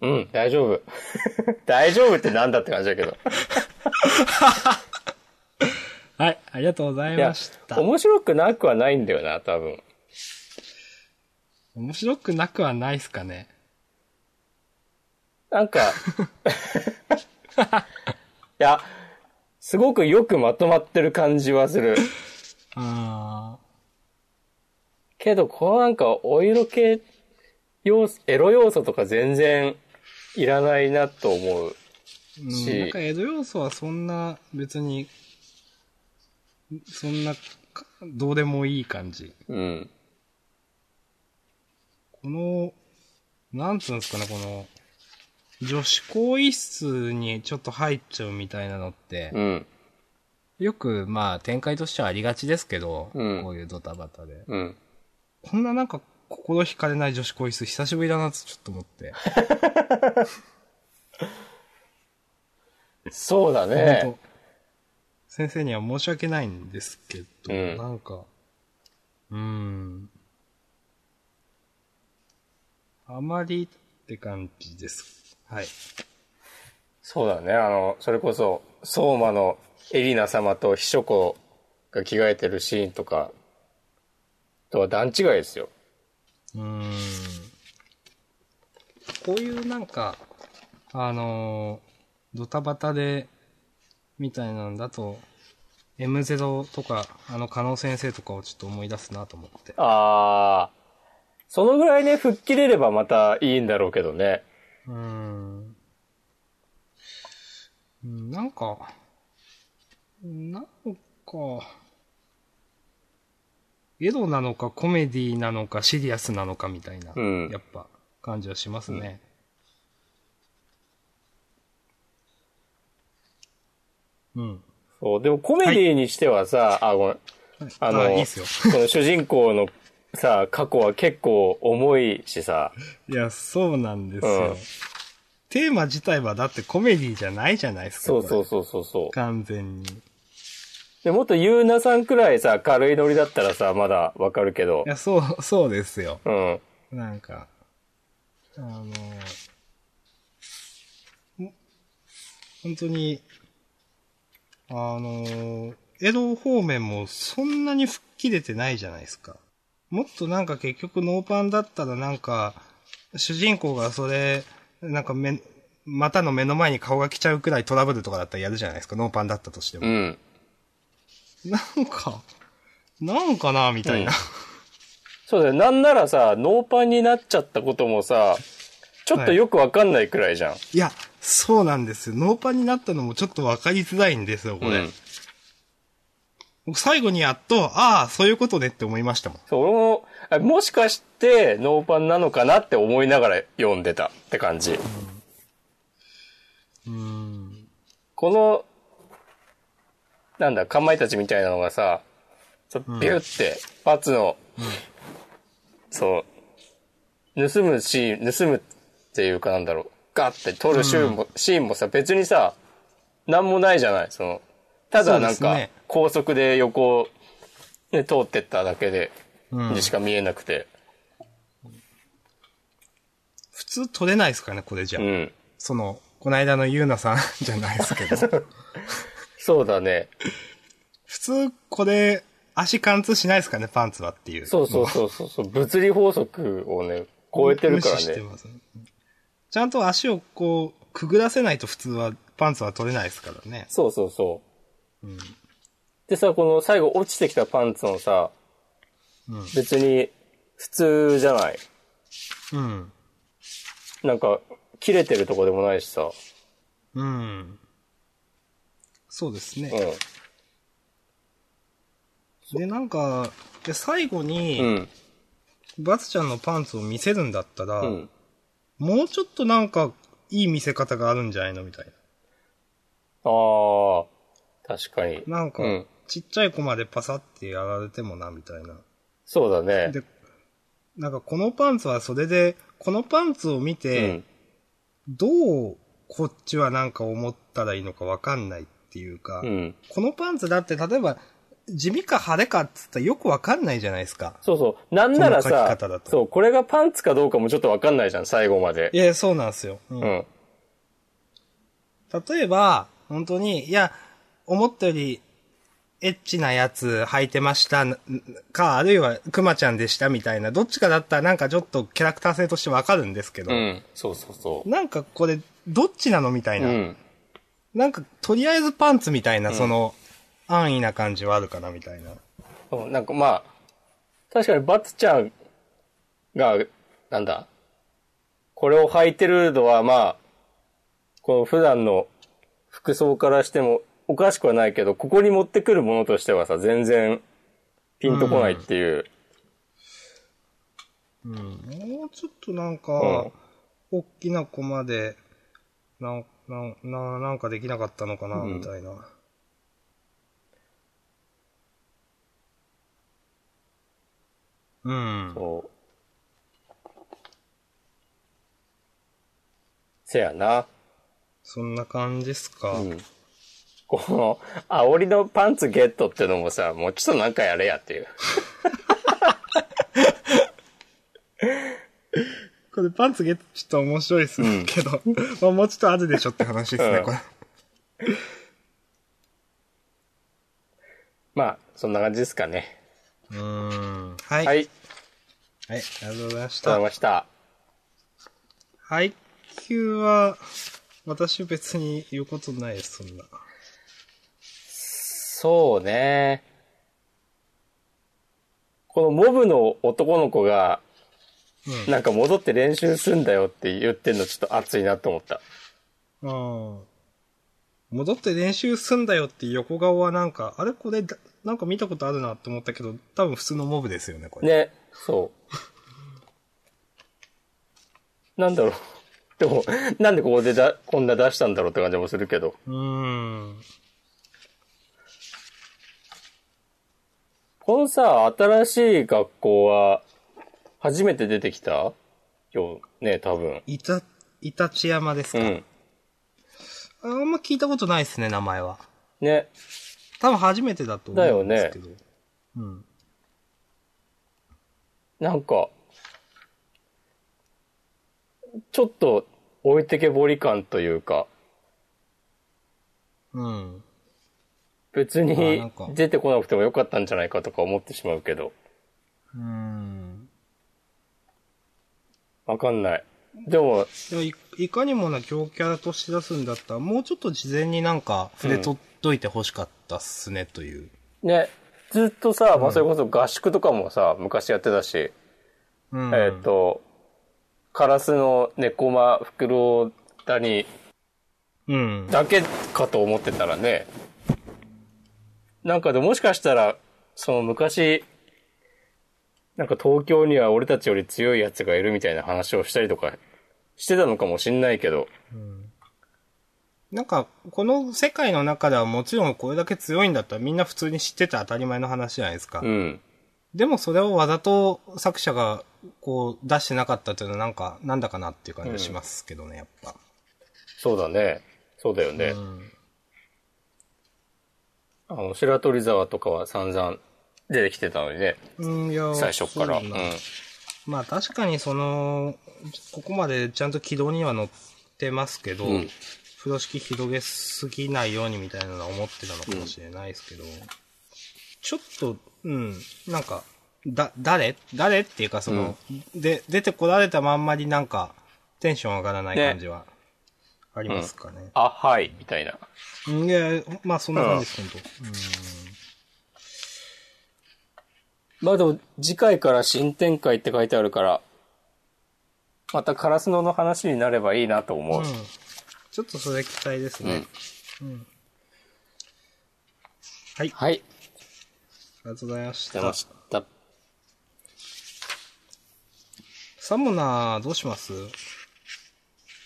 [SPEAKER 1] うん、大丈夫。 大丈夫ってなんだって感じだけど。
[SPEAKER 2] はい、ありがとうござい
[SPEAKER 1] いや
[SPEAKER 2] ました。、
[SPEAKER 1] 面白くなくはないんだよな、多分。
[SPEAKER 2] 面白くなくはないっすかね。
[SPEAKER 1] なんか、 いや、すごくよくまとまってる感じはする。
[SPEAKER 2] あ
[SPEAKER 1] けど、このなんか、お色気要素、エロ要素とか全然いらないなと思う。
[SPEAKER 2] ー、う
[SPEAKER 1] し
[SPEAKER 2] ん、なんか江戸要素はそんな、別に、そんな、かどうでもいい感じ。
[SPEAKER 1] うん。
[SPEAKER 2] この、なんつうんですかね、この、女子更衣室にちょっと入っちゃうみたいなのって
[SPEAKER 1] う、ん。
[SPEAKER 2] よく、まあ、展開としてはありがちですけど、
[SPEAKER 1] うん
[SPEAKER 2] こういうドタバタで。
[SPEAKER 1] うん。
[SPEAKER 2] こんななんか、心惹かれない女子更衣室、久しぶりだなってちょっと思って。
[SPEAKER 1] そうだ
[SPEAKER 2] 本
[SPEAKER 1] ね。
[SPEAKER 2] 当先生には申し訳ないんですけど、
[SPEAKER 1] うん
[SPEAKER 2] なんか、うーん。あまりって感じです。はい。
[SPEAKER 1] そうだね。あの、それこそ、相馬のエリナ様と秘書子が着替えてるシーンとか、とは段違いですよ。
[SPEAKER 2] うーん。こういうなんか、あのードタバタで、みたいなんだと、M0 とか、あの、加納先生とかをちょっと思い出すなと思って。
[SPEAKER 1] あー。そのぐらいね、吹っ切れればまたいいんだろうけどね。
[SPEAKER 2] うーんうんなんか、なんか、エロなのかコメディなのかシリアスなのかみたいな、
[SPEAKER 1] うん
[SPEAKER 2] やっぱ感じはしますね。うん。
[SPEAKER 1] そう。でもコメディにしてはさ、あ、ごめん。あの、
[SPEAKER 2] いいっすよ。
[SPEAKER 1] この主人公のさ、 過去は結構重いしさ、
[SPEAKER 2] いや、そうなんですよ。
[SPEAKER 1] うん
[SPEAKER 2] テーマ自体はだってコメディじゃないじゃないですか。
[SPEAKER 1] そうそう
[SPEAKER 2] こ
[SPEAKER 1] そうそうそう
[SPEAKER 2] れ。完全に。
[SPEAKER 1] でもっとゆうなさんくらいさ、軽いノリだったらさ、まだわかるけど
[SPEAKER 2] い。や、そう、そうですよ。
[SPEAKER 1] うん。
[SPEAKER 2] なんか、あの、ほ本当に、あの、江戸方面もそんなに吹っ切れてないじゃないですか。もっとなんか結局ノーパンだったらなんか、主人公がそれ、なんか目、股の目の前に顔が来ちゃうくらいトラブルとかだったらやるじゃないですか、ノーパンだったとして
[SPEAKER 1] う
[SPEAKER 2] も。
[SPEAKER 1] ん。
[SPEAKER 2] なんか、なんかな、みたいな。
[SPEAKER 1] そうだよ。なんならさ、ノーパンになっちゃったこともさ、ちょっとよくわかんないくらいじゃん。
[SPEAKER 2] いや、そうなんですよ。ノーパンになったのもちょっと分かりづらいんですよ、これ。
[SPEAKER 1] うん
[SPEAKER 2] 僕最後にやっと、ああ、そういうことねって思いましたもん。
[SPEAKER 1] そう、俺も、あもしかしてノーパンなのかなって思いながら読んでたって感じ。
[SPEAKER 2] うん。
[SPEAKER 1] この、なんだ、かまいたちみたいなのがさ、ちょっとビュって、パツの、そう、盗むシーン、盗むっていうかなんだろう、ガッて取るシーンも、シーンもさ、別にさ、なんもないじゃない、その、ただなん
[SPEAKER 2] そうです
[SPEAKER 1] か
[SPEAKER 2] ね、
[SPEAKER 1] 高速で横を、ね、通ってっただけで、
[SPEAKER 2] うん
[SPEAKER 1] にしか見えなくて、
[SPEAKER 2] 普通取れないですかね、これじゃ。
[SPEAKER 1] うん。
[SPEAKER 2] その、こないだのゆうなさんじゃないですけど。
[SPEAKER 1] そうだね。
[SPEAKER 2] 普通、これ、足貫通しないですかね、パンツはっていう。
[SPEAKER 1] そうそうそうそう そう、物理法則をね、超えてるから
[SPEAKER 2] 無視して
[SPEAKER 1] ね。
[SPEAKER 2] ますねちゃんと足をこう、くぐらせないと普通は、パンツは取れないですからね。
[SPEAKER 1] そうそうそう。
[SPEAKER 2] うん。
[SPEAKER 1] でさ、この最後落ちてきたパンツもさ、
[SPEAKER 2] うん
[SPEAKER 1] 別に普通じゃない。
[SPEAKER 2] うん。
[SPEAKER 1] なんか、切れてるとこでもないしさ。
[SPEAKER 2] うん。そうですね。
[SPEAKER 1] う
[SPEAKER 2] で、なんか、で最後
[SPEAKER 1] ん。う
[SPEAKER 2] に、
[SPEAKER 1] ん。
[SPEAKER 2] バツちゃんのパンツを見せるんだったら、
[SPEAKER 1] うん。
[SPEAKER 2] もうちょっとなんか、いい見せ方があるんじゃないのみたい
[SPEAKER 1] ああ、確かに。
[SPEAKER 2] な。なんか、
[SPEAKER 1] うん
[SPEAKER 2] ちっちゃい子までパサってやられてもな、みたいな。
[SPEAKER 1] そうだね。
[SPEAKER 2] で、なんかこのパンツはそれで、このパンツを見
[SPEAKER 1] う
[SPEAKER 2] て、
[SPEAKER 1] ん。
[SPEAKER 2] どうこっちはなんか思ったらいいのかわかんないっていうか、
[SPEAKER 1] うん。
[SPEAKER 2] このパンツだって例えば、地味か派手かっつったらよくわかんないじゃないですか。
[SPEAKER 1] そうそう。なんなら
[SPEAKER 2] この書
[SPEAKER 1] さ
[SPEAKER 2] き方だ、と
[SPEAKER 1] そう、これがパンツかどうかもちょっとわかんないじゃん、最後まで
[SPEAKER 2] い。や、そうなんですよ。うん
[SPEAKER 1] うん。
[SPEAKER 2] 例えば、本当に、いや、思ったより、エッチなやつ履いてましたなか、あるいは、クマちゃんでしたみたいな、どっちかだったらなんかちょっとキャラクター性としてわかるんですけ
[SPEAKER 1] う
[SPEAKER 2] ど、
[SPEAKER 1] ん。そうそうそ。
[SPEAKER 2] なんかこれ、どっちなのみたいう
[SPEAKER 1] う
[SPEAKER 2] な、
[SPEAKER 1] ん。
[SPEAKER 2] なんか、とりあえずパンツみたいな、その、安易な感じはあるかな、みたいな。
[SPEAKER 1] そうなんかまあ、確かにバツちゃんが、なんだ、これを履いてるのはまあ、この普段の服装からしてもおかしくはないけど、ここに持ってくるものとしてはさ、全然ピンとこないっていう。
[SPEAKER 2] もうちょっとなんか、
[SPEAKER 1] うん
[SPEAKER 2] 大きな子まで、なん、なん、ななんかできなかったのかな、
[SPEAKER 1] うん
[SPEAKER 2] みたいな。うん。
[SPEAKER 1] そう。せやな。
[SPEAKER 2] そんな感じっすか。
[SPEAKER 1] うん。この、煽りのパンツゲットってのもさ、もうちょっとなんかやれやっていう。
[SPEAKER 2] これパンツゲットちょっと面白いっす
[SPEAKER 1] うん
[SPEAKER 2] けど、まあもうちょっと後でしょって話ですね、
[SPEAKER 1] うん
[SPEAKER 2] これ。
[SPEAKER 1] まあ、そんな感じですかね。
[SPEAKER 2] うーん。はい。
[SPEAKER 1] は
[SPEAKER 2] はい。
[SPEAKER 1] い、
[SPEAKER 2] ありがとうございまし
[SPEAKER 1] ござい
[SPEAKER 2] た。
[SPEAKER 1] ました。
[SPEAKER 2] 配給は、私別に言うことないです、そんな。
[SPEAKER 1] そうね。このモブの男の子が、
[SPEAKER 2] うん
[SPEAKER 1] なんか戻って練習すんだよって言ってんのちょっと熱いなと思った。
[SPEAKER 2] うん。戻って練習すんだよって横顔はなんか、あれこれだ、なんか見たことあるなって思ったけど、多分普通のモブですよね、これ。
[SPEAKER 1] ね、そう。なんだろう。 でも、なんでここでだ、こんな出したんだろうって感じもするけど。
[SPEAKER 2] うーん。
[SPEAKER 1] このさ、新しい学校は、初めて出てきたよ、ね、多分。
[SPEAKER 2] いた、いたち山です
[SPEAKER 1] う
[SPEAKER 2] か、
[SPEAKER 1] ん。
[SPEAKER 2] あんま聞いたことないですね、名前は。
[SPEAKER 1] ね。
[SPEAKER 2] 多分初めてだと思うんですけど。うん。
[SPEAKER 1] なんか、ちょっと置いてけぼり感というか、
[SPEAKER 2] うん。
[SPEAKER 1] 別
[SPEAKER 2] あーな
[SPEAKER 1] に
[SPEAKER 2] んか
[SPEAKER 1] 出てこなくてもよかったんじゃないかとか思ってしまうけど、
[SPEAKER 2] うん。
[SPEAKER 1] わかんない。でも、
[SPEAKER 2] でもい、いかにもな強キャラとして出すんだったら、もうちょっと事前になんか触れとっといて欲しかったっすね、という。
[SPEAKER 1] ね、ずっとさ、まあ、それこそ合宿とかもさ、昔やってたし、
[SPEAKER 2] うん。
[SPEAKER 1] えーっ、と、カラスの猫間、フクロウダニ
[SPEAKER 2] うん。
[SPEAKER 1] だけかと思ってたらね、なんかでもしかしたら、その昔、なんか東京には俺たちより強いやつがいるみたいな話をしたりとかしてたのかもしんないけど、
[SPEAKER 2] なんか、この世界の中ではもちろんこれだけ強いんだったらみんな普通に知ってて当たり前の話じゃないですか。
[SPEAKER 1] うん。
[SPEAKER 2] でもそれをわざと作者がこう出してなかったっていうのはなんか、なんだかなっていう感じがしますけどね、やっぱ。
[SPEAKER 1] そうだね。そうだよね。
[SPEAKER 2] うん。
[SPEAKER 1] あの、白鳥沢とかは散々出てきてたのにね、
[SPEAKER 2] うん、いや
[SPEAKER 1] 最初から。う
[SPEAKER 2] そ
[SPEAKER 1] ん
[SPEAKER 2] うだな。まあ確かにその、ここまでちゃんと軌道には乗ってますけど、
[SPEAKER 1] うん
[SPEAKER 2] 風呂敷広げすぎないようにみたいなのは思ってたのかもしれないですけど、ちょっと、うん、なんか、だ、誰誰っていうかその、で、出てこられたまんまになんか、テンション上がらない
[SPEAKER 1] ね
[SPEAKER 2] 感じは、ありますかね。
[SPEAKER 1] あ、はい、みたいな。
[SPEAKER 2] うん、いや、まあそんな感じです、ほんと。
[SPEAKER 1] まあでも、次回から新展開って書いてあるから、またカラスノの話になればいいなと思う。
[SPEAKER 2] うん。ちょっとそれ期待ですね。うんはい。
[SPEAKER 1] はい、
[SPEAKER 2] ありがとうございまし
[SPEAKER 1] 出ま
[SPEAKER 2] た。
[SPEAKER 1] した。
[SPEAKER 2] サモナーどうします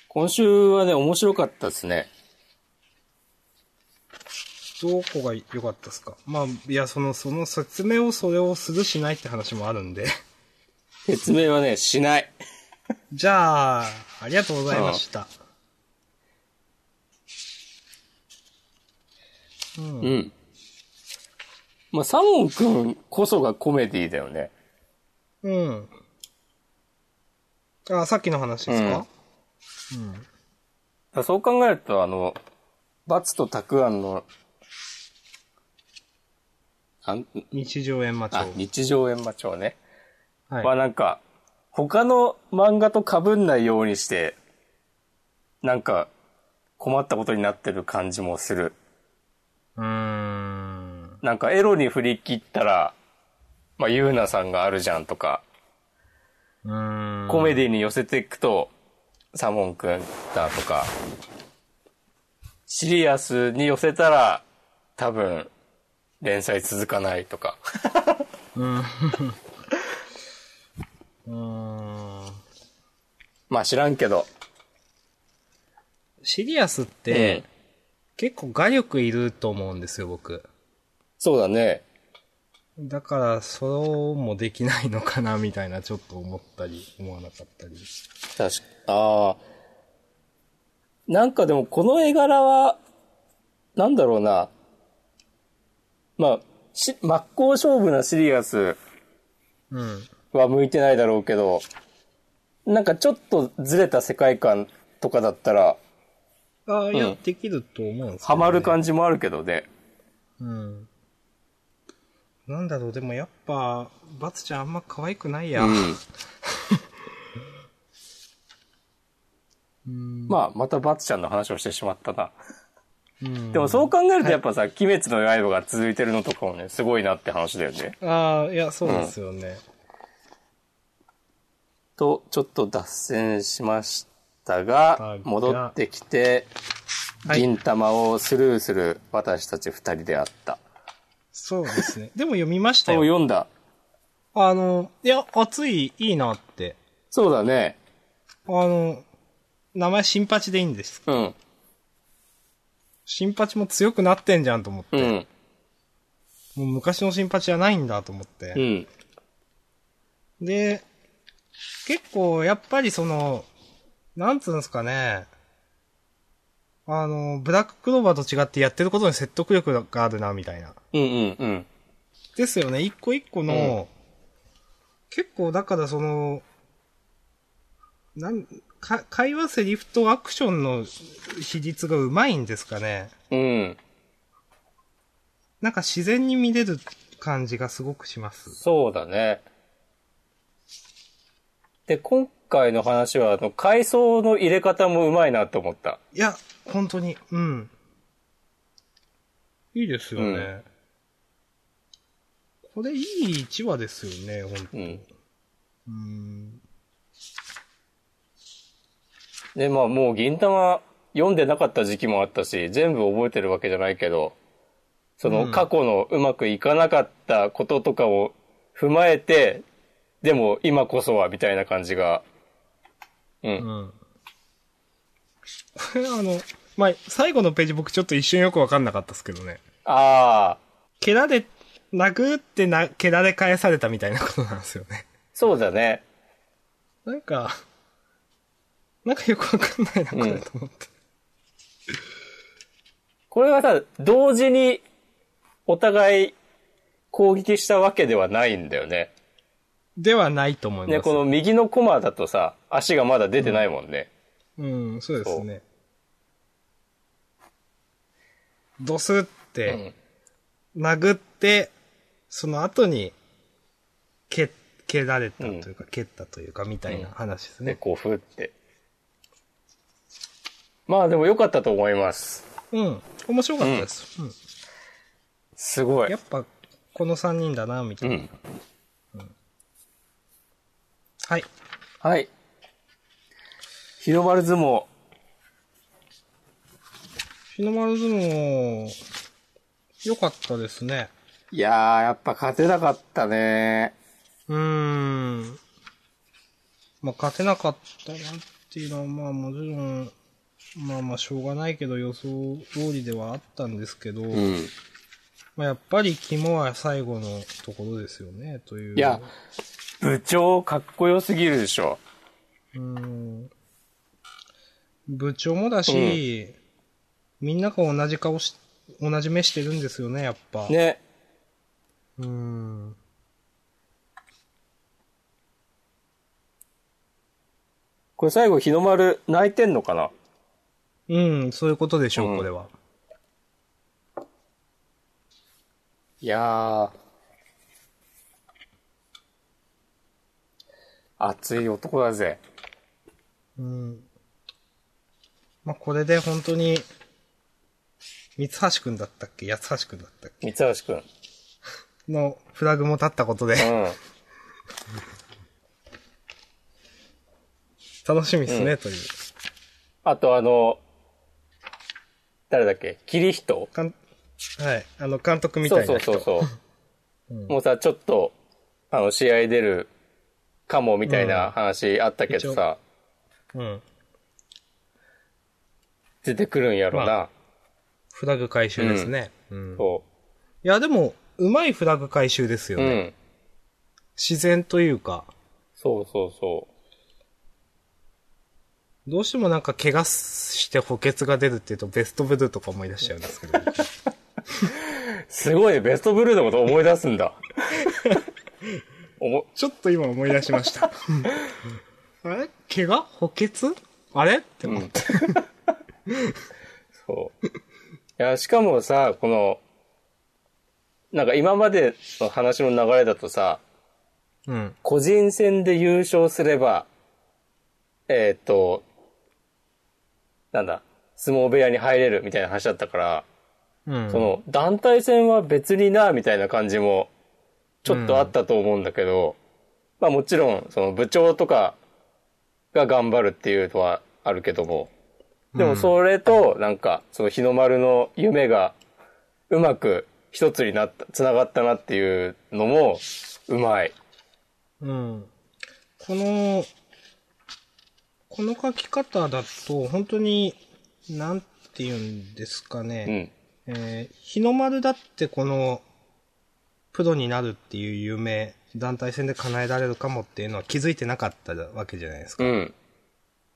[SPEAKER 1] 今週はね、面白かったですね。
[SPEAKER 2] どこが良かったですかまあ、いや、その、その説明をそれをするしないって話もあるんで。
[SPEAKER 1] 説明はね、しない。
[SPEAKER 2] じゃあ、ありがとうございました。うん。
[SPEAKER 1] うん。まあ、サモン君こそがコメディだよね。
[SPEAKER 2] うん。あ、さっきの話ですか、
[SPEAKER 1] だからそう考えると、あの、バツとタクアンの、なん
[SPEAKER 2] 日常閻魔帳
[SPEAKER 1] あ。日常閻魔帳ね。は
[SPEAKER 2] はい。
[SPEAKER 1] なんか、他の漫画と被んないようにして、なんか、困ったことになってる感じもする。
[SPEAKER 2] うーん。
[SPEAKER 1] なんかエロに振り切ったら、まあ、ゆうなさんがあるじゃんとか、
[SPEAKER 2] うーん。
[SPEAKER 1] コメディに寄せていくと、サモンくんだとか、シリアスに寄せたら、多分、連載続かないとか。
[SPEAKER 2] うーん。
[SPEAKER 1] まあ知らんけど。
[SPEAKER 2] シリアスって、結構画力いると思うんですよ、僕。
[SPEAKER 1] そうだね。
[SPEAKER 2] だから、そうもできないのかな、みたいな、ちょっと思ったり、思わなかったり。
[SPEAKER 1] 確か、ああ。なんかでもこの絵柄は、なんだろうな。まあ、し、真っ向勝負なシリアス
[SPEAKER 2] うん。
[SPEAKER 1] は向いてないだろうけど、なんかちょっとずれた世界観とかだったら、
[SPEAKER 2] ああ、いや、
[SPEAKER 1] うん
[SPEAKER 2] できると思うんですけど
[SPEAKER 1] ハ
[SPEAKER 2] ね
[SPEAKER 1] マる感じもあるけどね。
[SPEAKER 2] うん。なんだろう、でもやっぱ、バツちゃんあんま可愛くないや。うん。
[SPEAKER 1] まあ、またバツちゃんの話をしてしまったな。
[SPEAKER 2] うん
[SPEAKER 1] でもそう考えるとやっぱさ、鬼滅の刃が続いてるのとかもね、すごいなって話だよね。
[SPEAKER 2] ああ、いや、そうですよね。
[SPEAKER 1] と、ちょっと脱線しましたが
[SPEAKER 2] だが、
[SPEAKER 1] 戻ってきて、
[SPEAKER 2] はい
[SPEAKER 1] 銀玉をスルーする私たち二人であった。
[SPEAKER 2] そうで すね。でも読みました
[SPEAKER 1] そう
[SPEAKER 2] よ。
[SPEAKER 1] 読んだ。
[SPEAKER 2] あの、いや、熱い、いいなって。
[SPEAKER 1] そうだね。
[SPEAKER 2] あの、名前新八でいいんです。
[SPEAKER 1] うん。
[SPEAKER 2] 新八も強くなってんじゃんと思って。
[SPEAKER 1] うん。
[SPEAKER 2] もう昔の新八じゃないんだと思って。
[SPEAKER 1] うん。
[SPEAKER 2] で、結構、やっぱりその、なんつうんですかね、あの、ブラッククローバーと違ってやってることに説得力があるな、みたいな。
[SPEAKER 1] うんうんうん。
[SPEAKER 2] ですよね、一個一個の、
[SPEAKER 1] う
[SPEAKER 2] 結構、だからその、なん、か、会話、セリフとアクションの比率がうまいんですかね。
[SPEAKER 1] うん。
[SPEAKER 2] なんか自然に見れる感じがすごくします。
[SPEAKER 1] そうだね。で、今回の話は、あの、階層の入れ方もうまいなと思った。
[SPEAKER 2] いや、本当に、うん。いいですよね。これいい1話ですよね、ほんと。
[SPEAKER 1] うん。
[SPEAKER 2] うん。
[SPEAKER 1] で、まあもう銀玉読んでなかった時期もあったし、全部覚えてるわけじゃないけど、そうの
[SPEAKER 2] ん
[SPEAKER 1] 過去のうまくいかなかったこととかを踏まえて、でも今こそはみたいな感じが、う。
[SPEAKER 2] うんん。 これあの、まあ、最後のページ僕ちょっと一瞬よくわかんなかったですけどね。
[SPEAKER 1] ああ、
[SPEAKER 2] 蹴られ、殴ってな、蹴られ返されたみたいなことなんですよね。
[SPEAKER 1] そうだね。
[SPEAKER 2] なんか、なんかよくわかんないな、こ
[SPEAKER 1] う
[SPEAKER 2] れ
[SPEAKER 1] ん
[SPEAKER 2] と思って。
[SPEAKER 1] これはさ、同時にお互い攻撃したわけではないんだよね。
[SPEAKER 2] ではないと思います。
[SPEAKER 1] ね、この右のコマだとさ、足がまだ出てないもんね。
[SPEAKER 2] うん、そうですね。ドスって、殴って、その後に、蹴、蹴られたというか、蹴ったというか、みたいな話です
[SPEAKER 1] で、
[SPEAKER 2] ね。
[SPEAKER 1] こう、ふって。まあでも良かったと思います。
[SPEAKER 2] うん。面白かったです。うん。
[SPEAKER 1] すごい
[SPEAKER 2] やっ。ぱ、この3人だな、みた
[SPEAKER 1] う
[SPEAKER 2] いな。
[SPEAKER 1] ん。
[SPEAKER 2] はい。
[SPEAKER 1] はい。広まる相撲。
[SPEAKER 2] 日の丸相撲、良かったですね。
[SPEAKER 1] いやー、やっぱ勝てなかったね。
[SPEAKER 2] うーん。まあ、勝てなかったなっていうのは、まあ、もちろん、まあまあ、しょうがないけど、予想通りではあったんですけど、
[SPEAKER 1] うん。
[SPEAKER 2] まあ、やっぱり肝は最後のところですよね、という。
[SPEAKER 1] いや、部長かっこよすぎるでしょ。
[SPEAKER 2] うーん。部長もだし、みんなが同じ顔し、同じ目してるんですよね、やっぱ。
[SPEAKER 1] ね。
[SPEAKER 2] うーん。
[SPEAKER 1] これ最後日の丸泣いてんのかな
[SPEAKER 2] うん、そういうことでしょう、
[SPEAKER 1] うん
[SPEAKER 2] これは。
[SPEAKER 1] いやー。熱い男だぜ。
[SPEAKER 2] うん。まあ、これで本当に、三橋くんだったっけ八橋くんだったっ
[SPEAKER 1] 三橋くん。
[SPEAKER 2] けのフラグも立ったこと
[SPEAKER 1] う
[SPEAKER 2] で、
[SPEAKER 1] ん。
[SPEAKER 2] 楽しみですね、という。
[SPEAKER 1] あとあの、誰だっけ桐人
[SPEAKER 2] かんはい。あの、監督み
[SPEAKER 1] そ
[SPEAKER 2] た
[SPEAKER 1] う
[SPEAKER 2] い
[SPEAKER 1] そ
[SPEAKER 2] な
[SPEAKER 1] う
[SPEAKER 2] 人。
[SPEAKER 1] そうそう。もうさ、ちょっと、あの、試合出るかもみたいな話あったけどさ、
[SPEAKER 2] うん。
[SPEAKER 1] 出てくるんやろな。
[SPEAKER 2] まフラグ回収ですね。うん
[SPEAKER 1] そ
[SPEAKER 2] いや、でも、うまいフラグ回収ですよ
[SPEAKER 1] う。う
[SPEAKER 2] ね。
[SPEAKER 1] ん。
[SPEAKER 2] 自然というか、
[SPEAKER 1] そうそうそ
[SPEAKER 2] どうしてもなんか怪我して補欠が出るっていうと、ベストブルーとか思い出しちゃうんで すけど。
[SPEAKER 1] う。すごいね、ベストブルーのこと思い出す んだ。おも、
[SPEAKER 2] ちょっと今思い出しました。あれ怪我補欠あれって思って。
[SPEAKER 1] そう。いや、しかもさ、この、なんか今までの話の流れだとさ、
[SPEAKER 2] うん。
[SPEAKER 1] 個人戦で優勝すれば、えっ、と、なんだ、相撲部屋に入れるみたいな話だったから、
[SPEAKER 2] うん。
[SPEAKER 1] その団体戦は別にな、みたいな感じも、ちょっとあったと思うんだけど、まあもちろん、その部長とかが頑張るっていうのはあるけども、でもそれと、なんか、その日の丸の夢が、うまく一つになった、繋がったなっていうのも、うまい。
[SPEAKER 2] うん。この、この書き方だと、本当に、なんて言うんですか
[SPEAKER 1] う
[SPEAKER 2] ね。
[SPEAKER 1] ん。
[SPEAKER 2] えー日の丸だってこの、プロになるっていう夢、団体戦で叶えられるかもっていうのは気づいてなかったわけじゃないですか。
[SPEAKER 1] うん。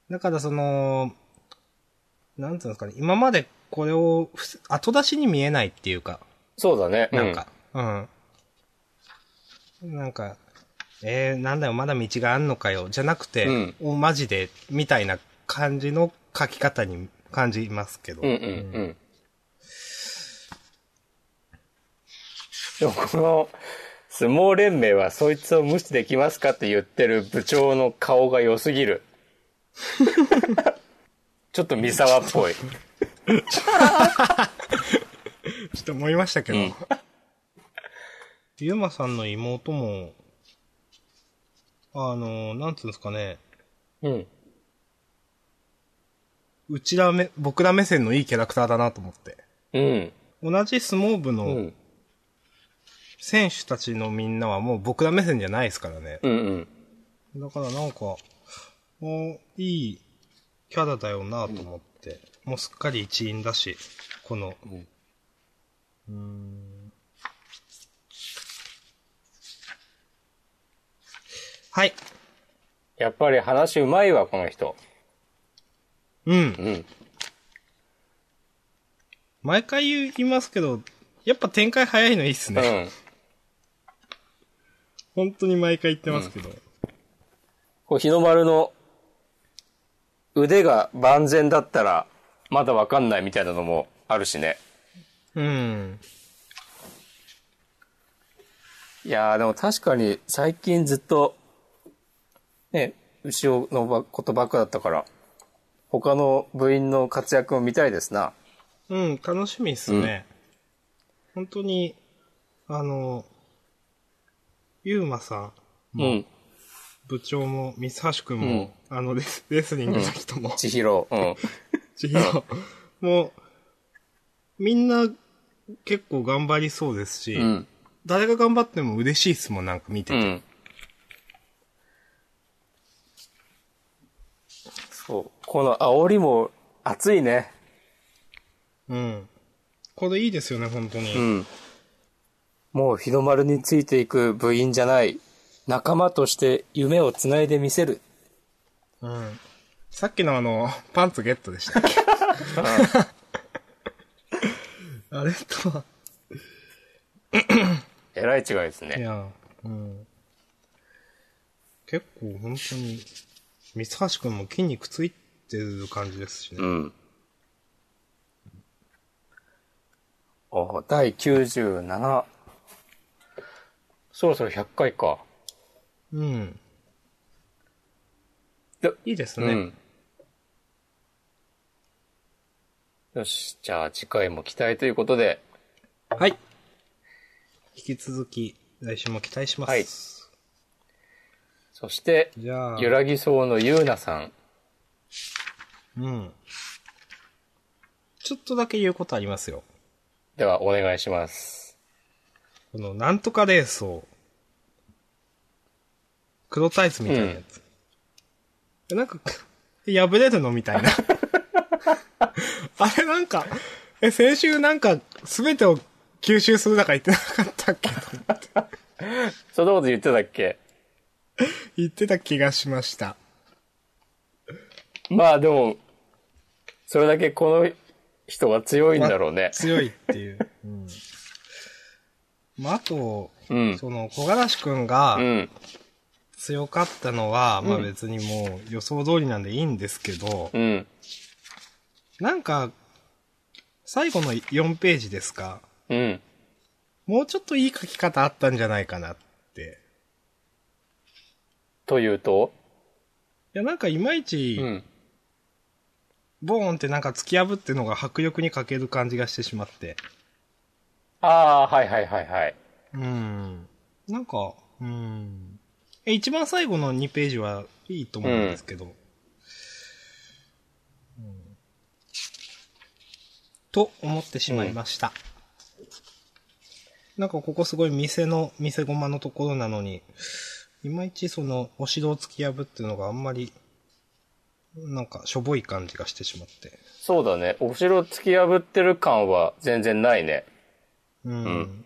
[SPEAKER 2] だからその、なんていうんですかね、今までこれをふす後出しに見えないっていうか、
[SPEAKER 1] そうだね。
[SPEAKER 2] なんか、うん。なんか、えー、なんだよ、まだ道があんのかよ、じゃなくて、
[SPEAKER 1] うん
[SPEAKER 2] おマジで、みたいな感じの書き方に感じますけど。
[SPEAKER 1] うん。うんうんうん。でもこの、相撲連盟はそいつを無視できますかって言ってる部長の顔が良すぎる。 ちょっと三沢っぽい。
[SPEAKER 2] ちょっと思いましたけど。
[SPEAKER 1] うん
[SPEAKER 2] ゆうまさんの妹も、あの、なんていうんですかね、
[SPEAKER 1] うん。
[SPEAKER 2] うちらめ、僕ら目線のいいキャラクターだなと思って。
[SPEAKER 1] うん。
[SPEAKER 2] 同じ相撲部
[SPEAKER 1] う
[SPEAKER 2] の
[SPEAKER 1] ん。
[SPEAKER 2] 選手たちのみんなはもう僕ら目線じゃないですからね。
[SPEAKER 1] うんうん。
[SPEAKER 2] だからなんか、もういいキャラだよなと思って、もうすっかり一員だし、この、
[SPEAKER 1] ん
[SPEAKER 2] うーんはい。
[SPEAKER 1] やっぱり話うまいわ、この人。
[SPEAKER 2] うん。
[SPEAKER 1] うん。
[SPEAKER 2] 毎回言いますけど、やっぱ展開早いのいいっす
[SPEAKER 1] う
[SPEAKER 2] ね。
[SPEAKER 1] ん。
[SPEAKER 2] 本当に毎回言ってますけど。
[SPEAKER 1] こう日の丸の腕が万全だったら、まだわかんないみたいなのもあるしね。
[SPEAKER 2] うん。
[SPEAKER 1] いやーでも確かに最近ずっと、ね、後ろのばことばっかだったから、他の部員の活躍を見たいですな。
[SPEAKER 2] うん、楽しみっすね。本当に、あの、ゆうまさん、
[SPEAKER 1] うん。
[SPEAKER 2] 部長も、三橋くんも、あのレス、レスリングの人も、
[SPEAKER 1] 千尋。うん。
[SPEAKER 2] ちひろもう、みんな結構頑張りそうですし、
[SPEAKER 1] うん。
[SPEAKER 2] 誰が頑張っても嬉しいっすもん、なんか見て
[SPEAKER 1] う
[SPEAKER 2] て。
[SPEAKER 1] ん。そう。この煽りも熱いね。
[SPEAKER 2] うん。これいいですよね、本当に。
[SPEAKER 1] うん。もう日の丸についていく部員じゃない。仲間として夢をつないでみせる。
[SPEAKER 2] うん。さっきのあの、パンツゲットでしたっ け あれとは、
[SPEAKER 1] えらい違いです
[SPEAKER 2] い
[SPEAKER 1] ね。
[SPEAKER 2] や、うん。結構本当に、三橋くんも筋肉ついてる感じですしね。
[SPEAKER 1] うん。お第97。そろそろ100回か。
[SPEAKER 2] うん。
[SPEAKER 1] で
[SPEAKER 2] いいです
[SPEAKER 1] う
[SPEAKER 2] ね。
[SPEAKER 1] ん。よし、じゃあ次回も期待ということで、
[SPEAKER 2] はい。引き続き、来週も期待します。
[SPEAKER 1] はいそして、
[SPEAKER 2] じゃあ、
[SPEAKER 1] 揺らぎそうのゆうなさん。
[SPEAKER 2] うん。ちょっとだけ言うことありますよ。
[SPEAKER 1] ではお願いします。
[SPEAKER 2] この、なんとかレースを、黒タイツみたいなやつ。なんか、破れるのみたいな。あれなんか、え、先週なんか、すべてを吸収するだか言ってなかったっけ
[SPEAKER 1] そんなこと言ってたっけ
[SPEAKER 2] 言ってた気がしました。
[SPEAKER 1] まあでも、それだけこの人は強いんだろうね。
[SPEAKER 2] 強いっていう。うん。まあ、あと、
[SPEAKER 1] うん。
[SPEAKER 2] その、小柄しくんが
[SPEAKER 1] うん。
[SPEAKER 2] 強かったのは、ま
[SPEAKER 1] う
[SPEAKER 2] あ
[SPEAKER 1] ん
[SPEAKER 2] 別にもう予想通りなんでいいんですけど、
[SPEAKER 1] うん。
[SPEAKER 2] なんか、最後の4ページですか、
[SPEAKER 1] うん。
[SPEAKER 2] もうちょっといい書き方あったんじゃないかなって。
[SPEAKER 1] というと
[SPEAKER 2] いや、なんかいまいち、
[SPEAKER 1] うん。
[SPEAKER 2] ボーンってなんか突き破ってのが迫力に欠ける感じがしてしまって。
[SPEAKER 1] ああー、はいはいはいはい。
[SPEAKER 2] うん。なんか、うん。え、一番最後の2ページはいいと思うんですけど。うんと思ってしまいました。なんかここすごい店の、店駒のところなのに、いまいちそのお城を突き破っていうのがあんまり、なんかしょぼい感じがしてしまって。
[SPEAKER 1] そうだね。お城突き破ってる感は全然ないね。
[SPEAKER 2] うん。
[SPEAKER 1] うん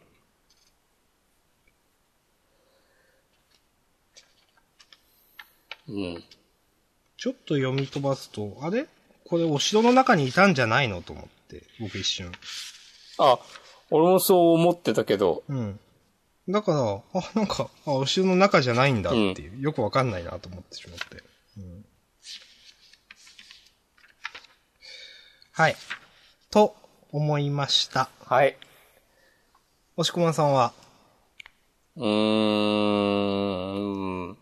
[SPEAKER 1] うん。
[SPEAKER 2] ちょっと読み飛ばすと、あれこれお城の中にいたんじゃないのと思って、僕一瞬。
[SPEAKER 1] あ、俺もそう思ってたけど、
[SPEAKER 2] うん。だから、あ、なんか、あ、お城の中じゃないんだっていう、よくわかんないなと思ってしまって。うんはい。と、思いました。
[SPEAKER 1] はい。
[SPEAKER 2] 押し込まんさんは、
[SPEAKER 1] うーん。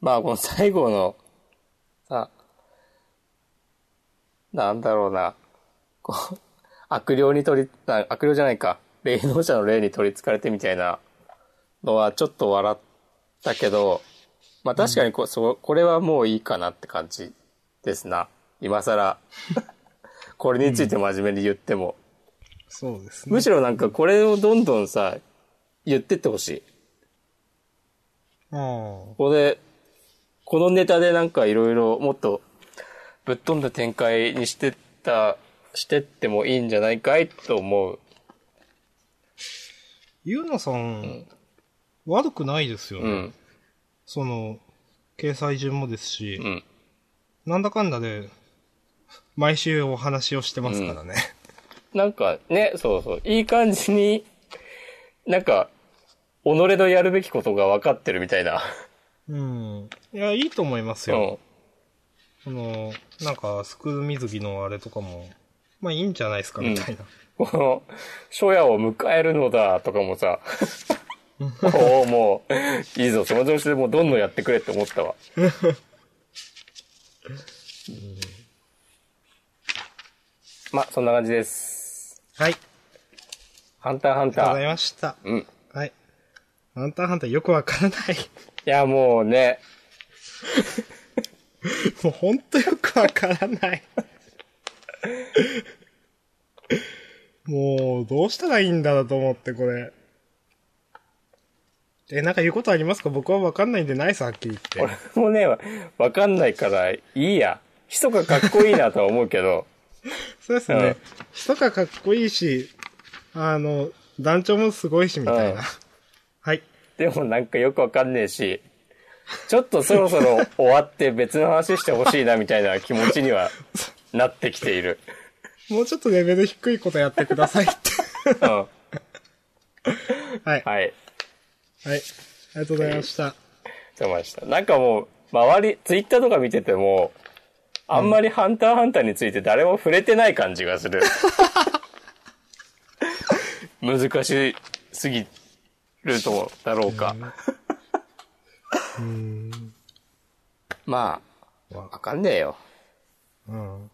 [SPEAKER 1] まあ、この最後の、さ、なんだろうな。こう、悪霊に取り、な悪霊じゃないか。霊能者の霊に取り憑かれてみたいなのはちょっと笑ったけど、まあ確かにこ、そうこれはもういいかなって感じですな。今更。 これについて真面目に言っても。
[SPEAKER 2] そうですね。
[SPEAKER 1] むしろなんかこれをどんどんさ、言ってってほしい。
[SPEAKER 2] うん。
[SPEAKER 1] ここで、このネタでなんかいろいろもっとぶっ飛んだ展開にしてった、してってもいいんじゃないかいと思う。
[SPEAKER 2] ゆうなさん、悪くないですよ
[SPEAKER 1] う
[SPEAKER 2] ね。
[SPEAKER 1] ん。
[SPEAKER 2] その、掲載順もですし、
[SPEAKER 1] うん。
[SPEAKER 2] なんだかんだで、毎週お話をしてますからね。
[SPEAKER 1] なんかね、そうそう、いい感じに、なんか、己のやるべきことが分かってるみたいな。
[SPEAKER 2] うん。いや、いいと思います
[SPEAKER 1] う
[SPEAKER 2] よ。
[SPEAKER 1] ん。
[SPEAKER 2] その、なんか、スクール水着のあれとかも、まあいいんじゃないですか、みたいな。
[SPEAKER 1] この、初夜を迎えるのだとかもさ、おお、もう、いいぞ、その調子でもうどんどんやってくれって思ったわ。まあ、そんな感じです。
[SPEAKER 2] はい。あ
[SPEAKER 1] ハ
[SPEAKER 2] りが
[SPEAKER 1] ンターハンタ
[SPEAKER 2] とうござい
[SPEAKER 1] ー。
[SPEAKER 2] ました。
[SPEAKER 1] うん。い
[SPEAKER 2] はい。ハンターハンターよくわからない。
[SPEAKER 1] や、もうね、
[SPEAKER 2] もうほんとよくわからない。 もう、どうしたらいいんだろうと思って、これ。え、なんか言うことありますか僕はわかんないんでないさ、はっきり言って。
[SPEAKER 1] もうね、わかんないから、いいや。ひそかかっこいいなとは思うけど、
[SPEAKER 2] そうです
[SPEAKER 1] うん
[SPEAKER 2] ね。人がかっこいいし、あの、団長もすごいし、みたい
[SPEAKER 1] うん
[SPEAKER 2] な。はい。
[SPEAKER 1] でもなんかよくわかんねえし、ちょっとそろそろ終わって別の話してほしいなみたいな気持ちに はなってきている。
[SPEAKER 2] もうちょっとレベル低いことやってください って。
[SPEAKER 1] うん。は
[SPEAKER 2] はい。はい。
[SPEAKER 1] い。
[SPEAKER 2] ありがとうございました。
[SPEAKER 1] 出ました。なんかもう、周り、ツイッターとか見てても、あんまりハンターハンターについて誰も触れてない感じが する。難しすぎるとだろうか。まあ、わかんねえよ。
[SPEAKER 2] うん。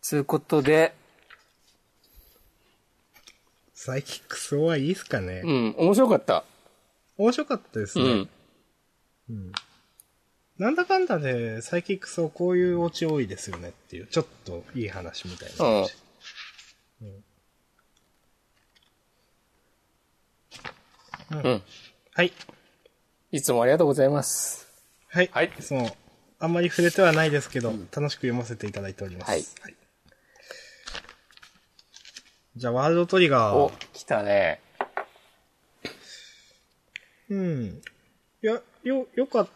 [SPEAKER 1] つうことで、
[SPEAKER 2] サイキックスはいいですかね
[SPEAKER 1] う。ん、面白かった。
[SPEAKER 2] 面白かったです
[SPEAKER 1] う
[SPEAKER 2] ね。
[SPEAKER 1] ん。
[SPEAKER 2] なんだかんだで、サイキックスはこういうオチ多いですよねっていう、ちょっといい話みたいな。
[SPEAKER 1] うん。うん。
[SPEAKER 2] はい。
[SPEAKER 1] いつもありがとうございます。
[SPEAKER 2] はい。
[SPEAKER 1] はい
[SPEAKER 2] いつも、あんまり触れてはないですけど、楽しく読ませていただいております。
[SPEAKER 1] はい
[SPEAKER 2] じゃあ、ワールドトリガー
[SPEAKER 1] お。、来たね。
[SPEAKER 2] うん。いや、よ、良かっ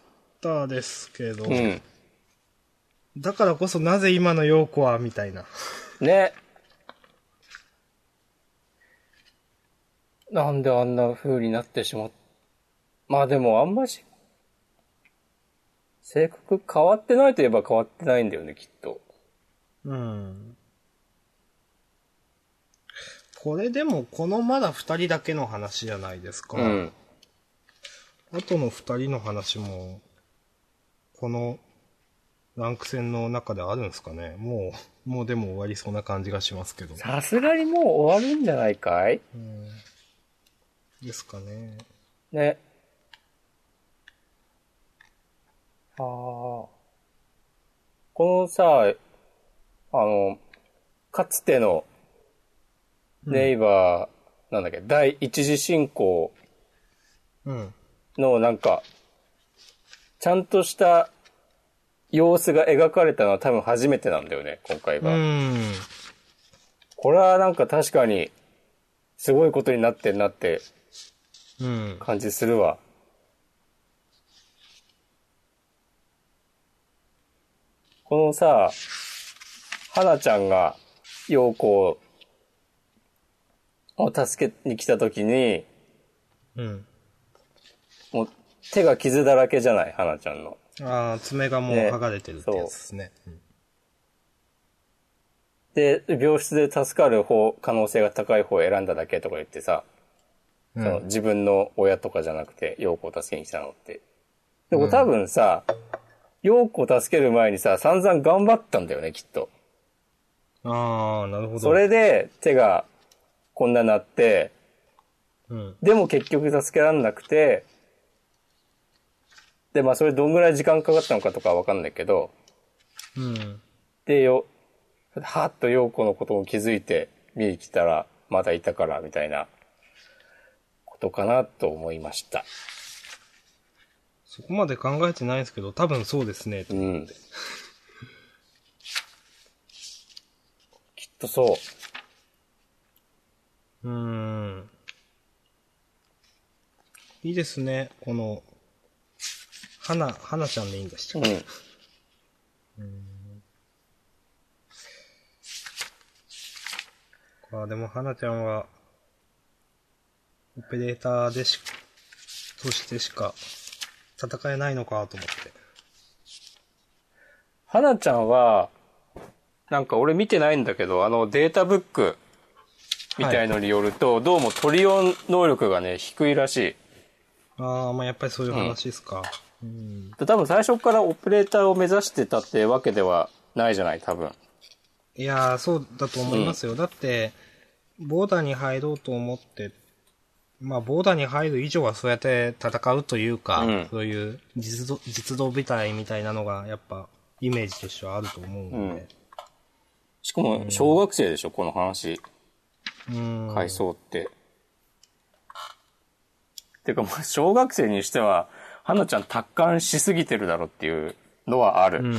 [SPEAKER 2] たですけど、
[SPEAKER 1] うん。
[SPEAKER 2] だからこそなぜ今の陽子は、みたいな。
[SPEAKER 1] ね。なんであんな風になってしまっまあでもあんまし、性格変わってないといえば変わってないんだよね、きっと。
[SPEAKER 2] うん。これでも、このまだ二人だけの話じゃないですか。
[SPEAKER 1] うん。
[SPEAKER 2] 後の二人の話も、このランク戦の中であるんですかね。もう、もうでも終わりそうな感じがしますけど。
[SPEAKER 1] さすがにもう終わるんじゃないかい
[SPEAKER 2] うんですかね。
[SPEAKER 1] ね。ああ。このさ、あの、かつてのネイバー、なんだっけ、第一次進行
[SPEAKER 2] うん。
[SPEAKER 1] のなんか、ちゃんとした様子が描かれたのは多分初めてなんだよね、今回
[SPEAKER 2] う
[SPEAKER 1] が。
[SPEAKER 2] ん。
[SPEAKER 1] これはなんか確かに、すごいことになってんなって
[SPEAKER 2] うん。
[SPEAKER 1] 感じするわ。このさ、花ちゃんが陽子を助けに来た時に、
[SPEAKER 2] うん。
[SPEAKER 1] もう手が傷だらけじゃない、花ちゃんの。
[SPEAKER 2] ああ、爪がもう
[SPEAKER 1] ね
[SPEAKER 2] 剥がれてるってやつですね。うん
[SPEAKER 1] で、病室で助かる方、可能性が高い方を選んだだけとか言ってさ、
[SPEAKER 2] う
[SPEAKER 1] その
[SPEAKER 2] ん。
[SPEAKER 1] 自分の親とかじゃなくて、陽子を助けに来たのって。でも多分さ、陽子を助ける前にさ、散々頑張ったんだよね、きっと。
[SPEAKER 2] ああ、なるほど。
[SPEAKER 1] それで手がこんななって、
[SPEAKER 2] うん。
[SPEAKER 1] でも結局助けられなくて、で、まあそれどんぐらい時間かかったのかとかはわかんないけど、
[SPEAKER 2] うん。
[SPEAKER 1] で、よ、はっと陽子のことを気づいて見に来たら、まだいたから、みたいなことかなと思いました。
[SPEAKER 2] そこまで考えてないですけど、多分そうですね。
[SPEAKER 1] うん。きっとそう。
[SPEAKER 2] うん。いいですね。この、花、花ちゃんでいいんでした
[SPEAKER 1] う
[SPEAKER 2] っ
[SPEAKER 1] ん
[SPEAKER 2] け。。ああ、でも花ちゃんは、オペレーターでし、としてしか戦えないのかと思って。
[SPEAKER 1] 花ちゃんは、なんか俺見てないんだけど、あのデータブックみたいのによると、どうもトリオン能力がね、低いらし
[SPEAKER 2] ああ、まあやっぱりそういう話ですか。うん。
[SPEAKER 1] い。多分最初からオペレーターを目指してたってわけではないじゃない、多分。
[SPEAKER 2] いやー、そうだと思いますよ。だって、ボーダーに入ろうと思って、まあ、ボーダーに入る以上はそうやって戦うというか、
[SPEAKER 1] うん
[SPEAKER 2] そういう実動、実動部隊みたいなのが、やっぱ、イメージとしてはあると思うので。
[SPEAKER 1] しかも小学生でしょ、この話。
[SPEAKER 2] うん。
[SPEAKER 1] 回想って。てか、まあ、小学生にしては、花ちゃん達観しすぎてるだろっていうのはある。
[SPEAKER 2] うん。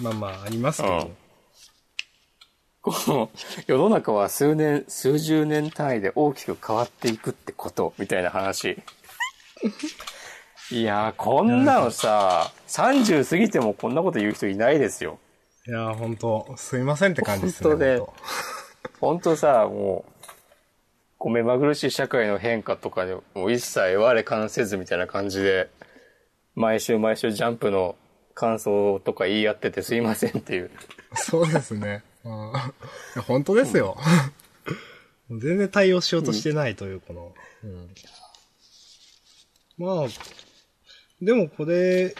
[SPEAKER 2] まあまあ、ありますけ
[SPEAKER 1] う
[SPEAKER 2] ど
[SPEAKER 1] ん。この世の中は数年、数十年単位で大きく変わっていくってこと、みたいな話。いやー、こんなのさ、30過ぎてもこんなこと言う人いないですよ。
[SPEAKER 2] いやー、本当すいませんって感じですね。
[SPEAKER 1] 本当ね
[SPEAKER 2] ほんと
[SPEAKER 1] ほんとさ、もう、こう目まぐるしい社会の変化とかでもう一切我関せずみたいな感じで、毎週毎週ジャンプの感想とか言い合っててすいませんっていう。
[SPEAKER 2] そうですね。うんいや本当ですよ。もう全然対応しようとしてないという、この。うんまあ、でもこれ、こ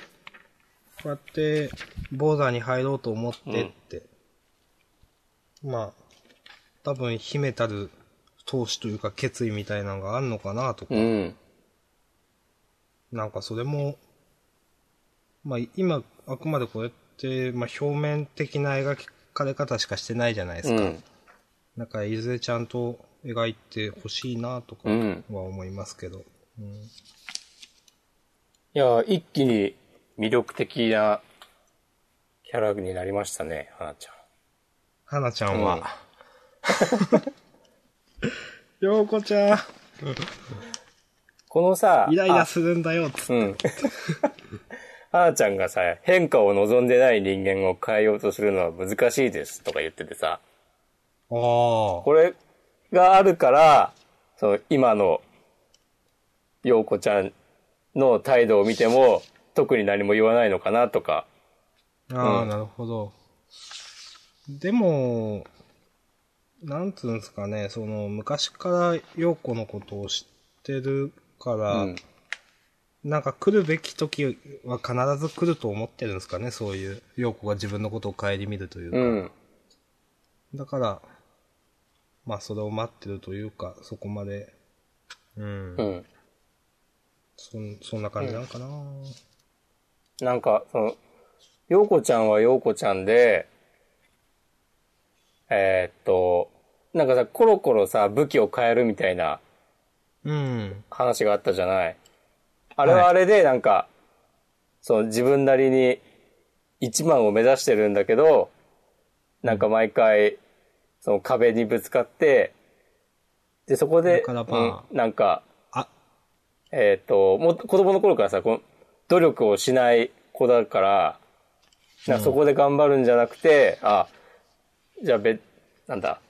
[SPEAKER 2] うやって、ボーダーに入ろうと思ってって、まあ、多分、秘めたる闘志というか決意みたいなのがあるのかなとか
[SPEAKER 1] うん。
[SPEAKER 2] なんかそれも、まあ今、あくまでこれって、まあ表面的な描かれ方しかしてないじゃないで
[SPEAKER 1] う
[SPEAKER 2] すか。
[SPEAKER 1] ん。
[SPEAKER 2] なんかいずれちゃんと描いてほしいなとか
[SPEAKER 1] う
[SPEAKER 2] は
[SPEAKER 1] ん。
[SPEAKER 2] 思いますけど。うん
[SPEAKER 1] いや、一気に魅力的なキャラになりましたね、花ちゃん。
[SPEAKER 2] 花ちゃんは。ようこちゃん、
[SPEAKER 1] このさ、
[SPEAKER 2] イライラするんだよ、つって。
[SPEAKER 1] うん。 あーちゃんがさ、変化を望んでない人間を変えようとするのは難しいですとか言っててさ、
[SPEAKER 2] ああ。
[SPEAKER 1] これがあるから、その今の陽子ちゃんの態度を見ても、特に何も言わないのかなとか、
[SPEAKER 2] ああ、
[SPEAKER 1] うん
[SPEAKER 2] なるほど。でも、なんつうんですかね、その、昔から陽子のことを知ってるから、
[SPEAKER 1] うん
[SPEAKER 2] なんか来るべき時は必ず来ると思ってるんですかね、そういう。陽子が自分のことを顧みるというか。
[SPEAKER 1] うん。
[SPEAKER 2] だから、まあそれを待ってるというか、そこまで、うん。
[SPEAKER 1] うん。
[SPEAKER 2] そんそんな感じなんかな、
[SPEAKER 1] なんか、その、陽子ちゃんは陽子ちゃんで、えーっと、なんかさ、コロコロさ、武器を変えるみたいな
[SPEAKER 2] うん。
[SPEAKER 1] 話があったじゃない。あれはあれで、なんか、その自分なりに一万を目指してるんだけど、なんか毎回、その壁にぶつかって、で、そこで、
[SPEAKER 2] だからまあ
[SPEAKER 1] うんなんか、
[SPEAKER 2] あ、
[SPEAKER 1] えっ、と、もっと子供の頃からさ、この努力をしない子だから、なんかそこで頑張るんじゃなくて、あ、じゃあべ、なんだ、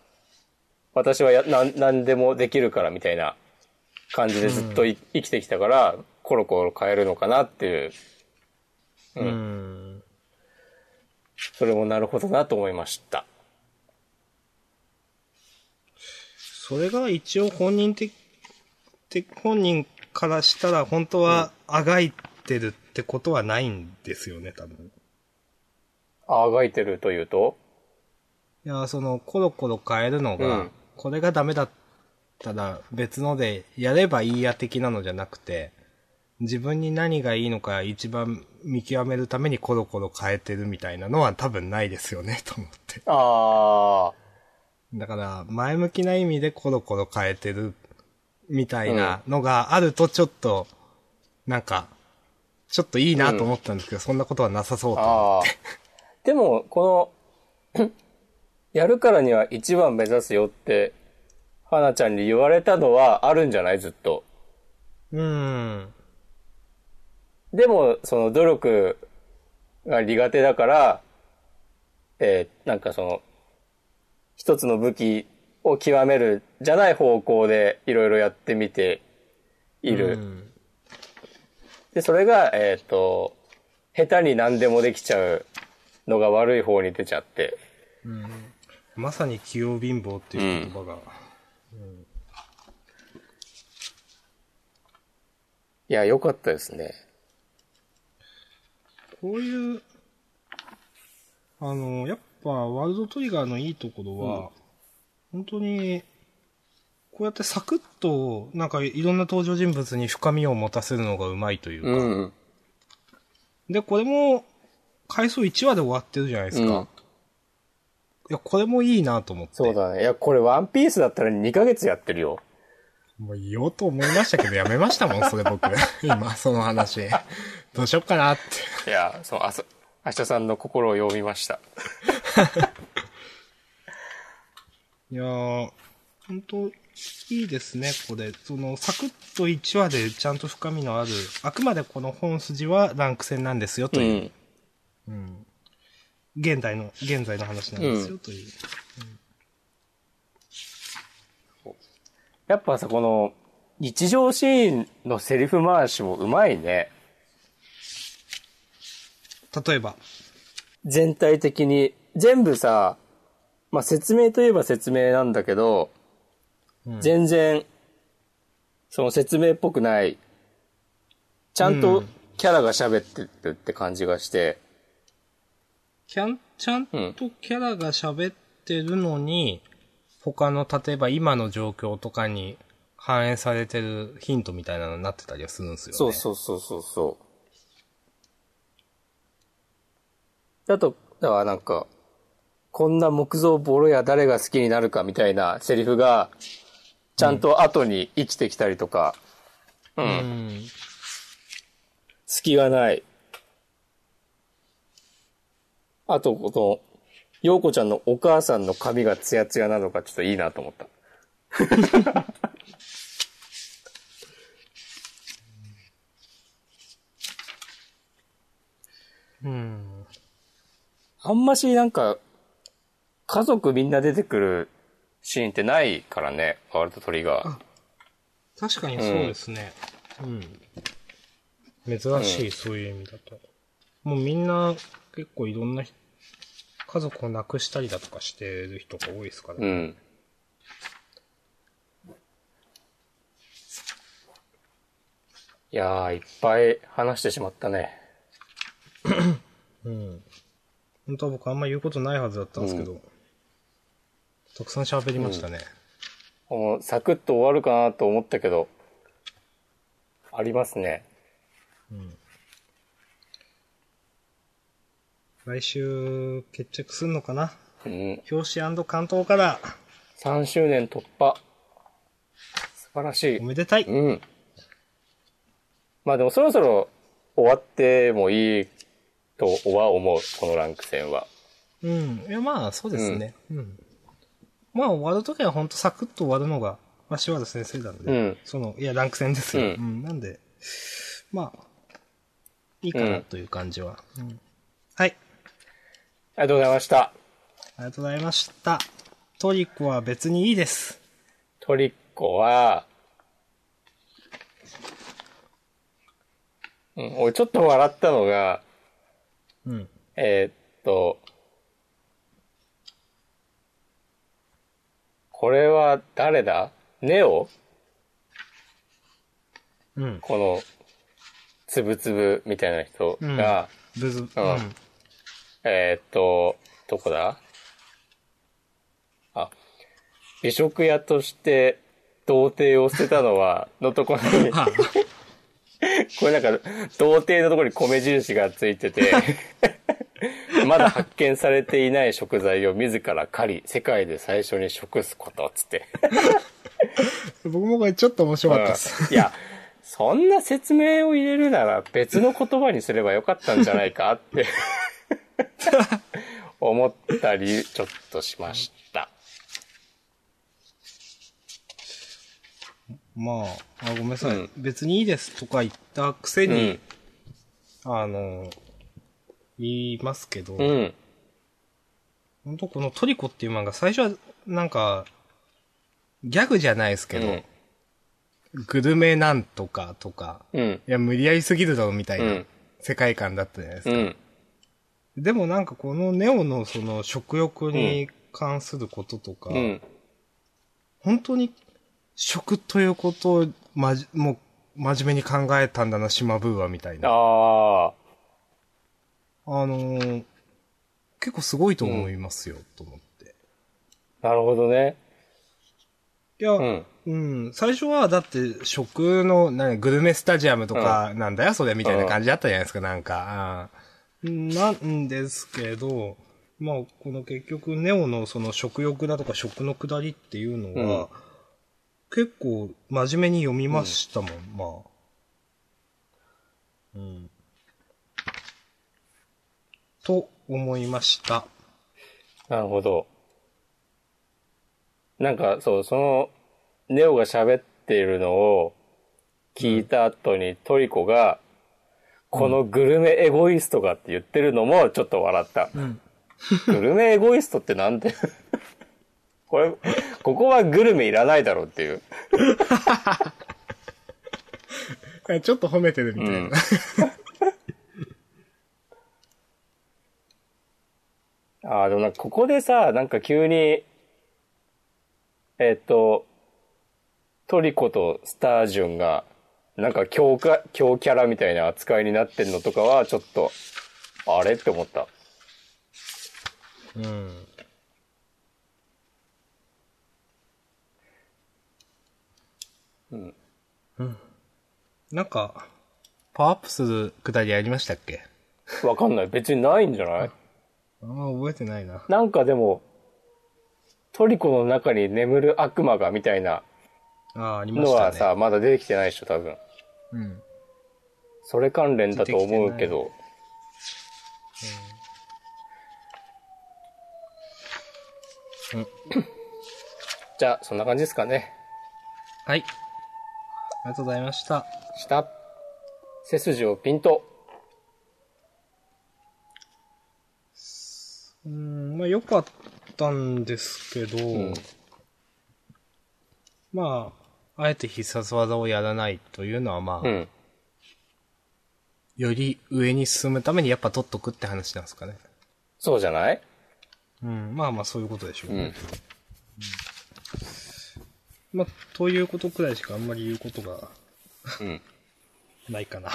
[SPEAKER 1] 私はやなん何でもできるからみたいな感じでずっとい、生きてきたから、コロコロ変えるのかなっていう、
[SPEAKER 2] うん。
[SPEAKER 1] それもなるほどなと思いました。
[SPEAKER 2] それが一応本人的、的本人からしたら本当はあがいてるってことはないんですよね、多分。
[SPEAKER 1] あがいてるというと
[SPEAKER 2] いや、その、コロコロ変えるの
[SPEAKER 1] う
[SPEAKER 2] が、
[SPEAKER 1] ん
[SPEAKER 2] これがダメだったら別のでやればいいや的なのじゃなくて、自分に何がいいのか一番見極めるためにコロコロ変えてるみたいなのは多分ないですよね、と思って。
[SPEAKER 1] ああ、
[SPEAKER 2] だから、前向きな意味でコロコロ変えてるみたいなのがあるとちょっと、なんか、ちょっといいなと思ったんですけど、そんなことはなさそうと。
[SPEAKER 1] ああ。でも、この、 やるからには一番目指すよって、はなちゃんに言われたのはあるんじゃないずっと。
[SPEAKER 2] うーん。
[SPEAKER 1] でも、その努力が苦手だから、えーなんかその、一つの武器を極めるじゃない方向でいろいろやってみている。
[SPEAKER 2] うん
[SPEAKER 1] で、それが、えっ、と、下手に何でもできちゃうのが悪い方に出ちゃって。
[SPEAKER 2] まさに器用貧乏っていう言葉が。
[SPEAKER 1] いや、良かったですね。
[SPEAKER 2] こういう、あの、やっぱワールドトリガーのいいところは、本当に、こうやってサクッと、なんかいろんな登場人物に深みを持たせるのがうまいというか、
[SPEAKER 1] うん。
[SPEAKER 2] で、これも、回数1話で終わってるじゃないですか。
[SPEAKER 1] うん
[SPEAKER 2] いや、これもいいなと思って。
[SPEAKER 1] そうだね。いや、これワンピースだったら2ヶ月やってるよ。
[SPEAKER 2] もう言おうと思いました けど、やめましたもん、それ僕。今、その話。どうしよっかなって。
[SPEAKER 1] いや、そう、あそ、明日さんの心を読みました。
[SPEAKER 2] いやー、本当いいですね、これ。その、サクッと1話でちゃんと深みのある、あくまでこの本筋はランク戦なんですよ、と
[SPEAKER 1] う
[SPEAKER 2] いう。
[SPEAKER 1] ん。
[SPEAKER 2] 現代の、現在の話なんですよ、という。
[SPEAKER 1] やっぱさ、この、日常シーンのセリフ回しもうまいね。
[SPEAKER 2] 例えば。
[SPEAKER 1] 全体的に。全部さ、まあ、説明といえば説明なんだけど、全然、その説明っぽくない。ちゃん
[SPEAKER 2] う
[SPEAKER 1] と
[SPEAKER 2] ん
[SPEAKER 1] キャラが喋ってるって感じがして、
[SPEAKER 2] ちゃん、ちゃんとキャラが喋ってるのに、他の、例えば今の状況とかに反映されてるヒントみたいなのになってたりはするんですよね。
[SPEAKER 1] そうそうそうそうそう。だと、だからなんか、こんな木造ボロや誰が好きになるかみたいなセリフが、ちゃんと後に生きてきたりとか、うん。
[SPEAKER 2] うん。
[SPEAKER 1] 隙がない。あと、この、洋子ちゃんのお母さんの髪がツヤツヤなのがちょっといいなと思った。
[SPEAKER 2] うん。
[SPEAKER 1] あんましなんか、家族みんな出てくるシーンってないからね、ワールドトリガー。
[SPEAKER 2] 確かにそうですね。うん。珍しい、そういう意味だと。もうみんな、結構いろんな人、家族を亡くしたりだとかしてる人が多いですから
[SPEAKER 1] う。ん。いやー、いっぱい話してしまったね。
[SPEAKER 2] うん。本当は僕あんま言うことないはずだったんですけど、たくさん喋りましたね。
[SPEAKER 1] もうサクッと終わるかなと思ったけど、ありますね。
[SPEAKER 2] 来週、決着すんのかな
[SPEAKER 1] うん。
[SPEAKER 2] 表紙関東から、
[SPEAKER 1] 3周年突破。素晴らしい
[SPEAKER 2] お。めでたい。
[SPEAKER 1] うん。まあでもそろそろ終わってもいいとは思う、このランク戦は。
[SPEAKER 2] うん。いや、まあ、そうですね。うん。まあ、終わるときは本当サクッと終わるのが、まあ、柴田先生なんで、
[SPEAKER 1] うん
[SPEAKER 2] その、いや、ランク戦ですよ。
[SPEAKER 1] う
[SPEAKER 2] うんん。なんで、まあ、いいかなという感じは。うんはい。
[SPEAKER 1] ありがとうございました。
[SPEAKER 2] ありがとうございました。トリコは別にいいです。
[SPEAKER 1] トリッコは、うん、俺ちょっと笑ったのが、
[SPEAKER 2] うん。
[SPEAKER 1] えーっと、これは誰だネオ
[SPEAKER 2] うん。
[SPEAKER 1] この、つぶつぶみたいな人が、
[SPEAKER 2] ブズ、うん。
[SPEAKER 1] えーっと、どこだあ、美食屋として童貞を捨てたのは、のところに、
[SPEAKER 2] あ、
[SPEAKER 1] これなんか、童貞のところに米印がついて て、まだ発見されていない食材を自ら狩り、世界で最初に食すこと、つって。
[SPEAKER 2] 僕もこれちょっと面白かったです。
[SPEAKER 1] うんいや、そんな説明を入れるなら別の言葉にすればよかったんじゃないかって 思ったりちょっとしました。
[SPEAKER 2] まあ、あ、ごめんなさい、
[SPEAKER 1] うん
[SPEAKER 2] 別にいいですとか言ったくせ
[SPEAKER 1] う
[SPEAKER 2] に、
[SPEAKER 1] ん。
[SPEAKER 2] あの、言いますけど、
[SPEAKER 1] うん。
[SPEAKER 2] 本当このトリコっていう漫画、最初は、なんか、ギャグじゃないですけど、グルメなんとかとか、
[SPEAKER 1] うん。。
[SPEAKER 2] いや、無理やりすぎるだろみたいうなん世界観だったじゃないです
[SPEAKER 1] う
[SPEAKER 2] か。
[SPEAKER 1] ん。
[SPEAKER 2] でもなんかこのネオのその食欲に関することとか、
[SPEAKER 1] うん。
[SPEAKER 2] 本当に食ということを、まじ、もう、真面目に考えたんだな、島ブーはみたいな。あ
[SPEAKER 1] ああ。
[SPEAKER 2] のー結構すごいと思いますよ、と思って。
[SPEAKER 1] なるほどね。
[SPEAKER 2] いや、
[SPEAKER 1] うん。
[SPEAKER 2] うん。最初は、だって、食の、なグルメスタジアムとか、なんだよ、それ、みたいな感じだったじゃないですか、なんか。うんなんですけど、まあ、この結局、ネオのその食欲だとか食の下りっていうのは、
[SPEAKER 1] うん
[SPEAKER 2] 結構、真面目に読みましたもん、まあ。うん。と思いました。
[SPEAKER 1] なるほど。なんか、そう、その、ネオが喋っているのを聞いた後にトリコが、このグルメエゴイストがって言ってるのもちょっと笑った。
[SPEAKER 2] ん
[SPEAKER 1] グルメエゴイストって なんでこれ、ここはグルメいらないだろうっていう。
[SPEAKER 2] ちょっと褒めてるみたいな。
[SPEAKER 1] うんああ、でもなんかここでさ、なんか急に、えっ、と、トリコとスタージュンが、なんか強化、強キャラみたいな扱いになってんのとかは、ちょっと、あれって思った。
[SPEAKER 2] うん。
[SPEAKER 1] うん。
[SPEAKER 2] なんか、パワーアップするくだりありましたっけ
[SPEAKER 1] わかんない。別にないんじゃない
[SPEAKER 2] ああ、覚えてないな。
[SPEAKER 1] なんかでも、トリコの中に眠る悪魔がみたいな
[SPEAKER 2] ああ、ありま
[SPEAKER 1] の
[SPEAKER 2] した
[SPEAKER 1] は
[SPEAKER 2] ね。
[SPEAKER 1] さ、まだ出てきてないでしょ、多分。
[SPEAKER 2] うん。
[SPEAKER 1] それ関連だと思うけど。じゃあ、そんな感じですかね。
[SPEAKER 2] はい。ありがとうございました。
[SPEAKER 1] 下。背筋をピンと。
[SPEAKER 2] うん、まあ良かったんですけど、
[SPEAKER 1] うん
[SPEAKER 2] まあ、あえて必殺技をやらないというのはまあ、
[SPEAKER 1] うん。
[SPEAKER 2] より上に進むためにやっぱ取っとくって話なんですかね。
[SPEAKER 1] そうじゃない
[SPEAKER 2] うん、まあまあそういうことでしょう。
[SPEAKER 1] うん。
[SPEAKER 2] まあ、ということくらいしかあんまり言うことが
[SPEAKER 1] うん。
[SPEAKER 2] ないかな。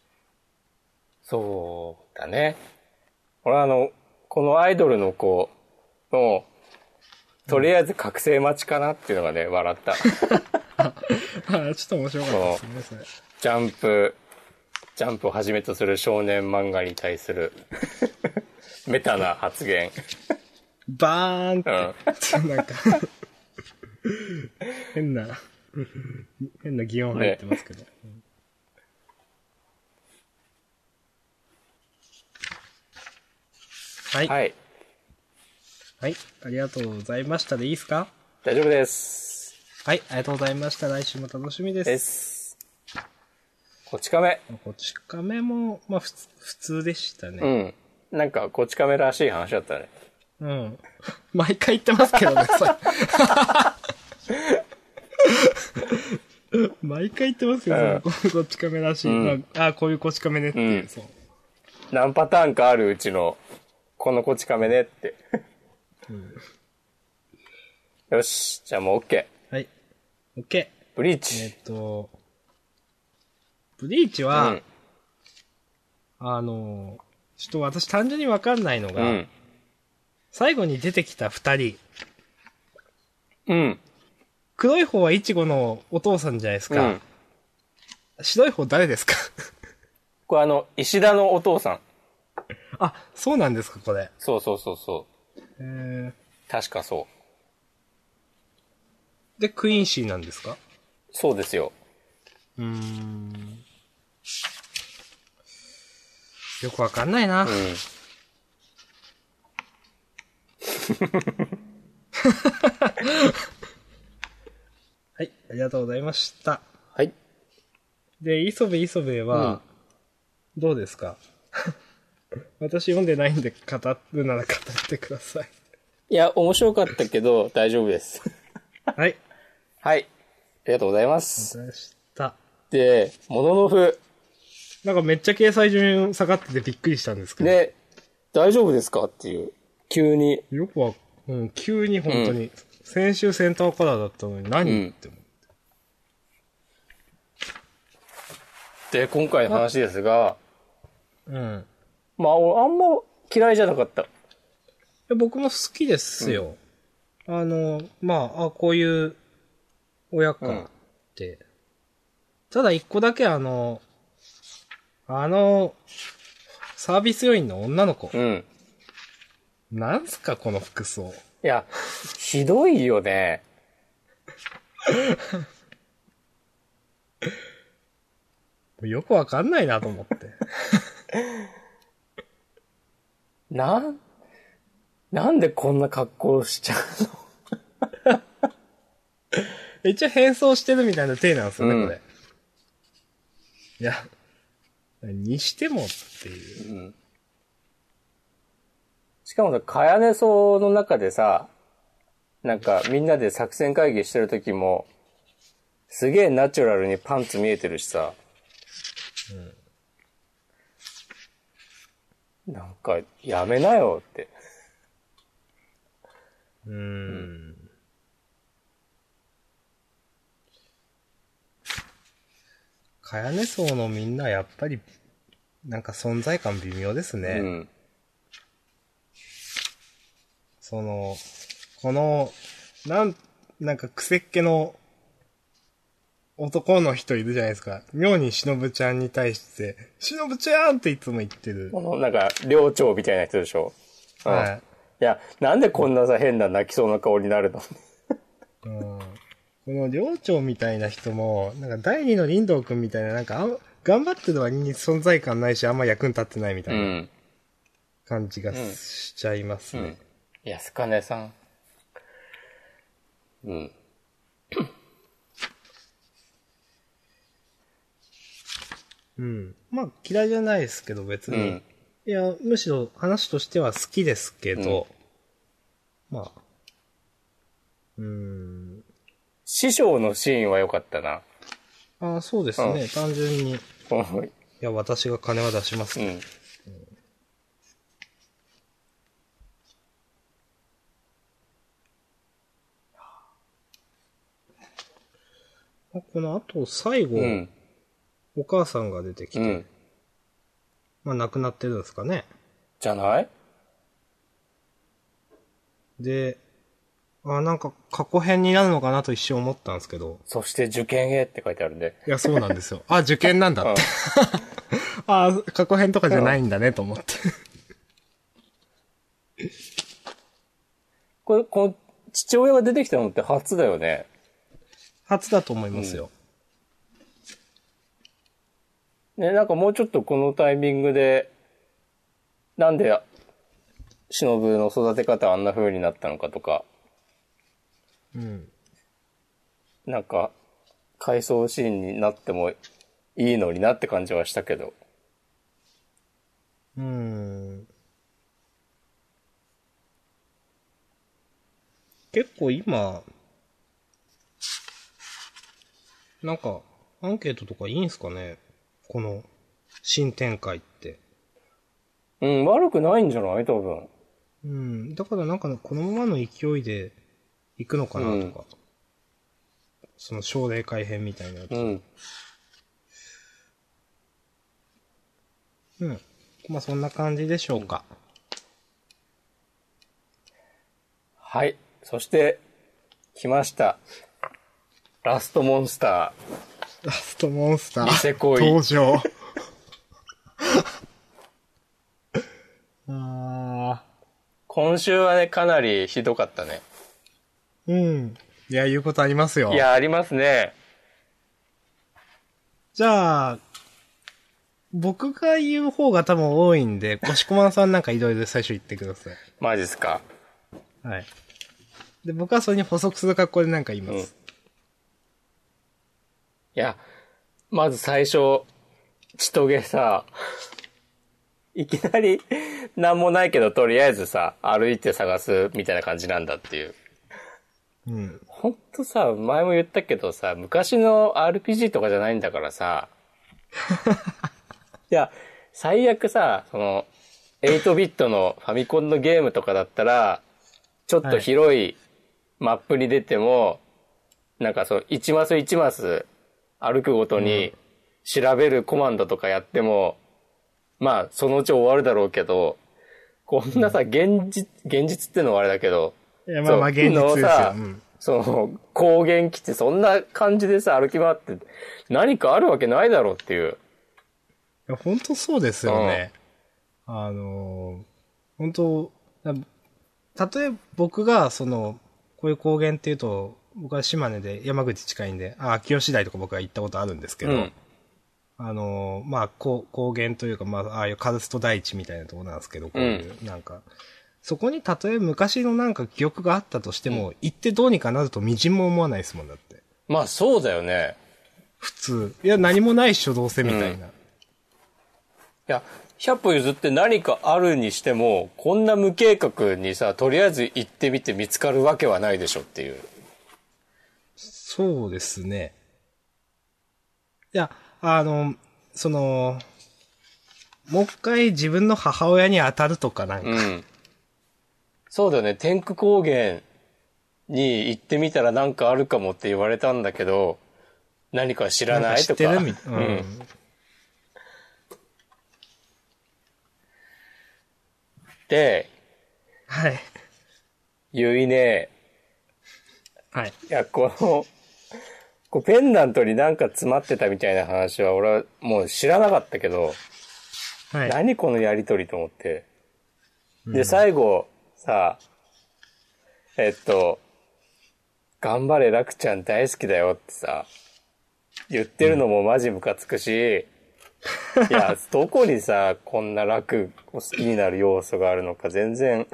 [SPEAKER 1] そうだね。俺はあの、このアイドルの子の、とりあえず覚醒待ちかなっていうのがね、笑 った。
[SPEAKER 2] ああ、ちょっと面白かったですね、そ
[SPEAKER 1] ジャンプ、ジャンプをはじめとする少年漫画に対す る、メタな発言。
[SPEAKER 2] れ。バーンっ
[SPEAKER 1] う
[SPEAKER 2] て、
[SPEAKER 1] ん。
[SPEAKER 2] ちょっと なんか、変な、変な擬音入ってますけど。はい。はい。
[SPEAKER 1] はい。
[SPEAKER 2] ありがとうございましたでいいですか
[SPEAKER 1] 大丈夫です。
[SPEAKER 2] はい。ありがとうございました。来週も楽しみです。
[SPEAKER 1] です。こち亀。
[SPEAKER 2] こっち亀も、まあ、ふつ普通でした
[SPEAKER 1] う
[SPEAKER 2] ね。
[SPEAKER 1] ん。なんか、こち亀らしい話だったね。
[SPEAKER 2] うん。 毎回言ってますけどね、それ 毎回言ってますよ、
[SPEAKER 1] うん
[SPEAKER 2] ここっち亀らしい。
[SPEAKER 1] ん
[SPEAKER 2] ああ、こういうこっち亀ねっていう、
[SPEAKER 1] うん
[SPEAKER 2] そう。
[SPEAKER 1] 何パターンかあるうちの、このこち亀ねって。よし。じゃあもう OK。
[SPEAKER 2] はい。OK。
[SPEAKER 1] ブリー
[SPEAKER 2] えっ
[SPEAKER 1] チ。
[SPEAKER 2] と、ブリーチ
[SPEAKER 1] う
[SPEAKER 2] は、
[SPEAKER 1] ん。
[SPEAKER 2] あの、ちょっと私単純にわかんないの
[SPEAKER 1] う
[SPEAKER 2] が、
[SPEAKER 1] ん。
[SPEAKER 2] 最後に出てきた二人、
[SPEAKER 1] うん。
[SPEAKER 2] 黒い方はイチゴのお父さんじゃないです
[SPEAKER 1] う
[SPEAKER 2] か。
[SPEAKER 1] ん。
[SPEAKER 2] 白い方誰ですか
[SPEAKER 1] これあの、石田のお父さん。
[SPEAKER 2] あ、そうなんですか、これ。
[SPEAKER 1] そうそうそうそ
[SPEAKER 2] えー
[SPEAKER 1] う。確かそう。
[SPEAKER 2] で、クインシーなんですか
[SPEAKER 1] そうですよ。
[SPEAKER 2] うーん。よくわかんないな。
[SPEAKER 1] うん。
[SPEAKER 2] はい、ありがとうございました。
[SPEAKER 1] はい。
[SPEAKER 2] で、磯部磯部は、どうですか 私読んでないんで語るなら語ってください。
[SPEAKER 1] いや、面白かったけど、大丈夫です。
[SPEAKER 2] はい、ありがと
[SPEAKER 1] はい。ありがとうございま
[SPEAKER 2] うご
[SPEAKER 1] す。
[SPEAKER 2] ざいました。
[SPEAKER 1] で、もののふ。
[SPEAKER 2] なんかめっちゃ掲載順下がっててびっくりしたんですけど。
[SPEAKER 1] で、大丈夫ですかっていう。急に。
[SPEAKER 2] よくは、うん、急に本当に、先週センターカラーだったのに何、
[SPEAKER 1] うん
[SPEAKER 2] って思う
[SPEAKER 1] で、今回の話ですが、
[SPEAKER 2] うん。
[SPEAKER 1] まあ、俺あんま嫌いじゃなかった。
[SPEAKER 2] いや僕も好きですよ。あの、まあ、あ、こういう親かって。ただ一個だけあの、あの、サービス要員の女の子。
[SPEAKER 1] うん。
[SPEAKER 2] なんすか、この服装。
[SPEAKER 1] いや、ひどいよね。
[SPEAKER 2] よくわかんないなと思って。
[SPEAKER 1] なん、なんでこんな格好しちゃ
[SPEAKER 2] 一応変装してるみたいな体なんですよね、
[SPEAKER 1] うん
[SPEAKER 2] これ。いや、にしてもっていう
[SPEAKER 1] う。の、うん、しかもさ、かやね荘の中でさ、なんかみんなで作戦会議してる時も、すげえナチュラルにパンツ見えてるしさ。なんか、やめなよって。
[SPEAKER 2] うーん。かやね層のみんなやっぱり、なんか存在感微妙ですね。
[SPEAKER 1] うん。
[SPEAKER 2] その、この、なん、なんか癖っ気の男の人いるじゃないですか。妙にしのぶちゃんに対して、しのぶちゃんっていつも言ってる。
[SPEAKER 1] この、なんか、寮長みたいな人でしょ。うん
[SPEAKER 2] はい
[SPEAKER 1] や、なんでこんなさ、変な泣きそうな顔になるの
[SPEAKER 2] い。うん、この寮長みたいな人も、なんか第二の林道くんみたいな、なんかあん頑張ってる割に存在感ないし、あんま役に立ってないみた
[SPEAKER 1] う。
[SPEAKER 2] いなん感じがしちゃいますね。
[SPEAKER 1] うん安金さん。うん。
[SPEAKER 2] うん。まあ、嫌いじゃないですけど、別
[SPEAKER 1] う
[SPEAKER 2] に。
[SPEAKER 1] ん。
[SPEAKER 2] いや、むしろ話としては好きですけど、まあ、うーん。
[SPEAKER 1] 師匠のシーンは良かったな。
[SPEAKER 2] ああ、そうですね。単純に、い
[SPEAKER 1] うん
[SPEAKER 2] や、私が金は出します。
[SPEAKER 1] うん。
[SPEAKER 2] あこの後、最後、
[SPEAKER 1] うん。
[SPEAKER 2] お母さんが出てきて、
[SPEAKER 1] うん。
[SPEAKER 2] まあ、亡くなってるんですかね。
[SPEAKER 1] じゃない
[SPEAKER 2] で、あなんか過去編になるのかなと一瞬思ったんですけど、
[SPEAKER 1] そして受験へって書いてあるんで。
[SPEAKER 2] いや、そうなんですよ。あ、受験なんだって。 ああ、過去編とかじゃないんだねと思って。
[SPEAKER 1] これ、この父親が出てきたのって初だよね。
[SPEAKER 2] 初だと思いますよ。
[SPEAKER 1] ね、なんかもうちょっとこのタイミングで、なんで、忍の育て方あんな風になったのかとか、
[SPEAKER 2] うん。
[SPEAKER 1] なんか、回想シーンになってもいいのになって感じはしたけど。
[SPEAKER 2] うーん。結構今、なんか、アンケートとかいいんすかねこの、新展開って。
[SPEAKER 1] うん、悪くないんじゃない多分。
[SPEAKER 2] うん。だからなんかね、このままの勢いで行くのかなとか。その奨励会編みたいなやつ。
[SPEAKER 1] うん。
[SPEAKER 2] うん。まあそんな感じでしょうか。
[SPEAKER 1] はい。そして、来ました。ラストモンスタ
[SPEAKER 2] ラストモンスター。
[SPEAKER 1] ニセ恋
[SPEAKER 2] 登 場。あ
[SPEAKER 1] ー。今週はね、かなりひどかったね。
[SPEAKER 2] ー。うん。いや、言うことありますよ。
[SPEAKER 1] いや、ありますね。
[SPEAKER 2] じゃあ、僕が言う方が多分多いんで、こしこまんさんなんかいろいろ最初言ってください。
[SPEAKER 1] マジっすか。
[SPEAKER 2] はい。で、僕はそれに補足する格好でなんか言います。
[SPEAKER 1] いや、まず最初、ちとげさ、いきなり、なんもないけど、とりあえずさ、歩いて探すみたいな感じなんだっていう。
[SPEAKER 2] うん。
[SPEAKER 1] ほんとさ、前も言ったけどさ、昔の RPG とかじゃないんだからさ、いや、最悪さ、その、8ビットのファミコンのゲームとかだったら、ちょっと広いマップに出ても、なんかそう、1マス1マス歩くごとに調べるコマンドとかやっても、まあ、そのうち終わるだろうけど、こんなさ、現実、現実ってのはあれだけど、
[SPEAKER 2] いや、まあまあ現実です
[SPEAKER 1] そう
[SPEAKER 2] よ
[SPEAKER 1] の。さ
[SPEAKER 2] うん
[SPEAKER 1] その、高原基地、そんな感じでさ、歩き回って、何かあるわけないだろうっていう。
[SPEAKER 2] いや、本当そうですよね。あのー、本当た例えば僕が、その、こういう高原っていうと、僕は島根で山口近いんで、あ、秋吉台とか僕は行ったことあるんですけど、
[SPEAKER 1] うん。
[SPEAKER 2] あのー、まあ、こう高原というか、まあ、ああいうカルスト台地みたいなところなんですけど、こういう、なんか、そこにたとえ昔のなんか記憶があったとしても、行ってどうにかなるとみじんも思わないですもんだって。
[SPEAKER 1] まあ、そうだよね。
[SPEAKER 2] 普通。いや、何もないっしょ、どうせみたいな。
[SPEAKER 1] いや、100歩譲って何かあるにしても、こんな無計画にさ、とりあえず行ってみて見つかるわけはないでしょっていう。
[SPEAKER 2] そうですね。いや、あの、その、もう一回自分の母親に当たるとかなんか、
[SPEAKER 1] うん。そうだよね。天空高原に行ってみたら何かあるかもって言われたんだけど、何か知ら
[SPEAKER 2] なん
[SPEAKER 1] な
[SPEAKER 2] か
[SPEAKER 1] い
[SPEAKER 2] 知
[SPEAKER 1] と
[SPEAKER 2] っ
[SPEAKER 1] か。
[SPEAKER 2] てるみたいな。
[SPEAKER 1] う
[SPEAKER 2] うん
[SPEAKER 1] ん。で、
[SPEAKER 2] はい。
[SPEAKER 1] ゆいね、
[SPEAKER 2] はい。
[SPEAKER 1] いや、この、こうペンダントになんか詰まってたみたいな話は俺はもう知らなかったけど、
[SPEAKER 2] はい。
[SPEAKER 1] 何このやりとりと思って。で、最後、さ、えっと、頑張れ、楽ちゃん大好きだよってさ、言ってるのもマジムカつくし、いや、どこにさ、こんな楽を好きになる要素があるのか全然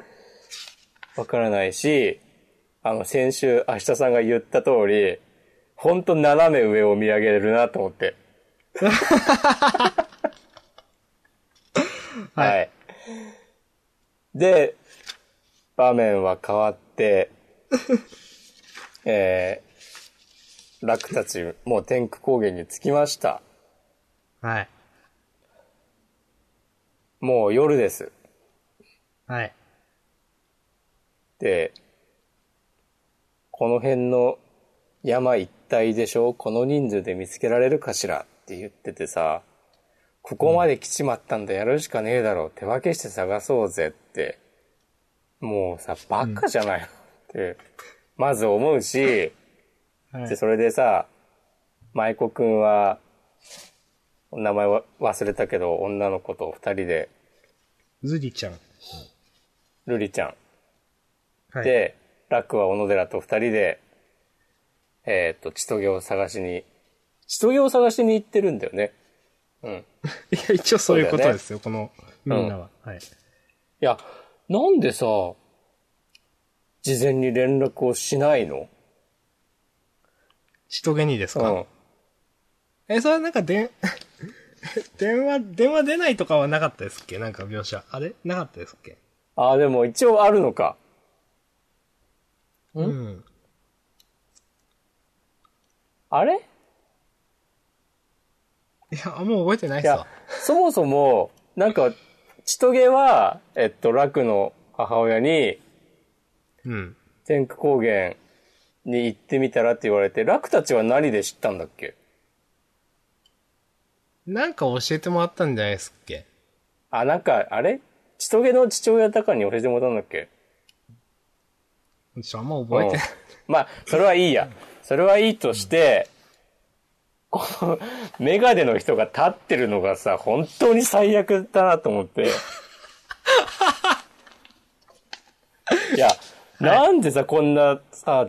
[SPEAKER 1] わからないし、あの、先週、明日さんが言った通り、ほんと斜め上を見上げれるなと思って。はい。で、場面は変わ って、えー、楽たち、もう天空高原に着きました。
[SPEAKER 2] はい。
[SPEAKER 1] もう夜です。
[SPEAKER 2] はい。
[SPEAKER 1] で、この辺の山一帯でしょこの人数で見つけられるかしらって言っててさ、ここまで来ちまったんだやるしかねえだろう。手分けして探そうぜって。もうさ、バカじゃないのって、まず思うし、
[SPEAKER 2] は
[SPEAKER 1] で、
[SPEAKER 2] い。
[SPEAKER 1] それでさ、舞子くんは、名前は忘れたけど、女の子と二人で、
[SPEAKER 2] ズリちゃん。
[SPEAKER 1] ルリちゃん、
[SPEAKER 2] はい。
[SPEAKER 1] で、ラクは小野寺と二人で、えっ、と、千棘を探しに、千棘を探しに行ってるんだよね。うん。い
[SPEAKER 2] いや、一応そういう
[SPEAKER 1] そう
[SPEAKER 2] こと
[SPEAKER 1] だよね
[SPEAKER 2] ですよ、このみんなは。はい。
[SPEAKER 1] や、なんでさ、事前に連絡をしないの
[SPEAKER 2] しとげにです
[SPEAKER 1] う
[SPEAKER 2] か、
[SPEAKER 1] ん。
[SPEAKER 2] え、それはなんかでん、 電話、電話出ないとかはなかったですっけなんか描写。あれなかったですっけ
[SPEAKER 1] ああ、でも一応あるのか。ん
[SPEAKER 2] うん。
[SPEAKER 1] あれ
[SPEAKER 2] いや、あんま覚えてないっ
[SPEAKER 1] い
[SPEAKER 2] す
[SPEAKER 1] や
[SPEAKER 2] わ。、
[SPEAKER 1] そもそも、なんか、千棘は、えっと、ラクの母親に、
[SPEAKER 2] うん。
[SPEAKER 1] 天空高原に行ってみたらって言われて、ラクたちは何で知ったんだっけ
[SPEAKER 2] なんか教えてもらったんじゃないですっけ
[SPEAKER 1] あ、なんか、あれ千棘の父親とかに教えてもらったんだっけ
[SPEAKER 2] ちょ、あんま覚えて
[SPEAKER 1] うん
[SPEAKER 2] ない。
[SPEAKER 1] まあ、それはいいや。それはいいとして、このメガネの人が立ってるのがさ、本当に最悪だなと思 って。いや、なんでさ、こんなさ、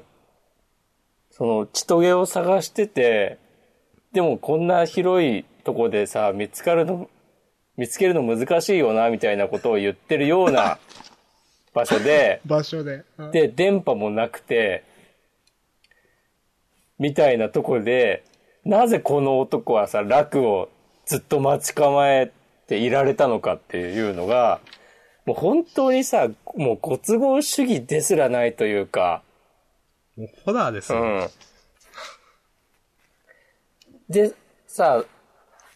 [SPEAKER 1] その、千棘を探してて、でもこんな広いとこでさ、見つかるの、見つけるの難しいよな、みたいなことを言ってるような場所で、
[SPEAKER 2] 場所で。うん
[SPEAKER 1] で、電波もなくて、みたいなとこで、なぜこの男はさ、楽をずっと待ち構えていられたのかっていうのが、もう本当にさ、もうご都合主義ですらないというか、
[SPEAKER 2] もうホラーですよ。
[SPEAKER 1] うん。で、さ、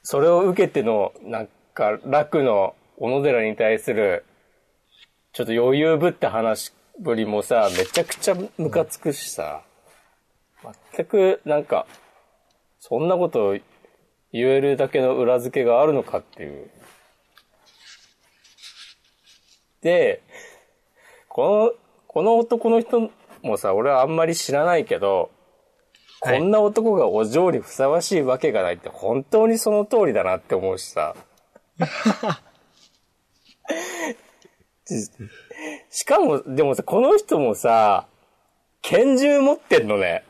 [SPEAKER 1] それを受けての、なんか、楽の小野寺に対する、ちょっと余裕ぶった話ぶりもさ、めちゃくちゃムカつくしさ、全く、なんか、そんなこと言えるだけの裏付けがあるのかっていう。で、この、この男の人もさ、俺はあんまり知らないけど、
[SPEAKER 2] はい
[SPEAKER 1] こんな男がお嬢にふさわしいわけがないって本当にその通りだなって思うしさ。 しかも、でもさ、この人もさ、拳銃持ってんのね。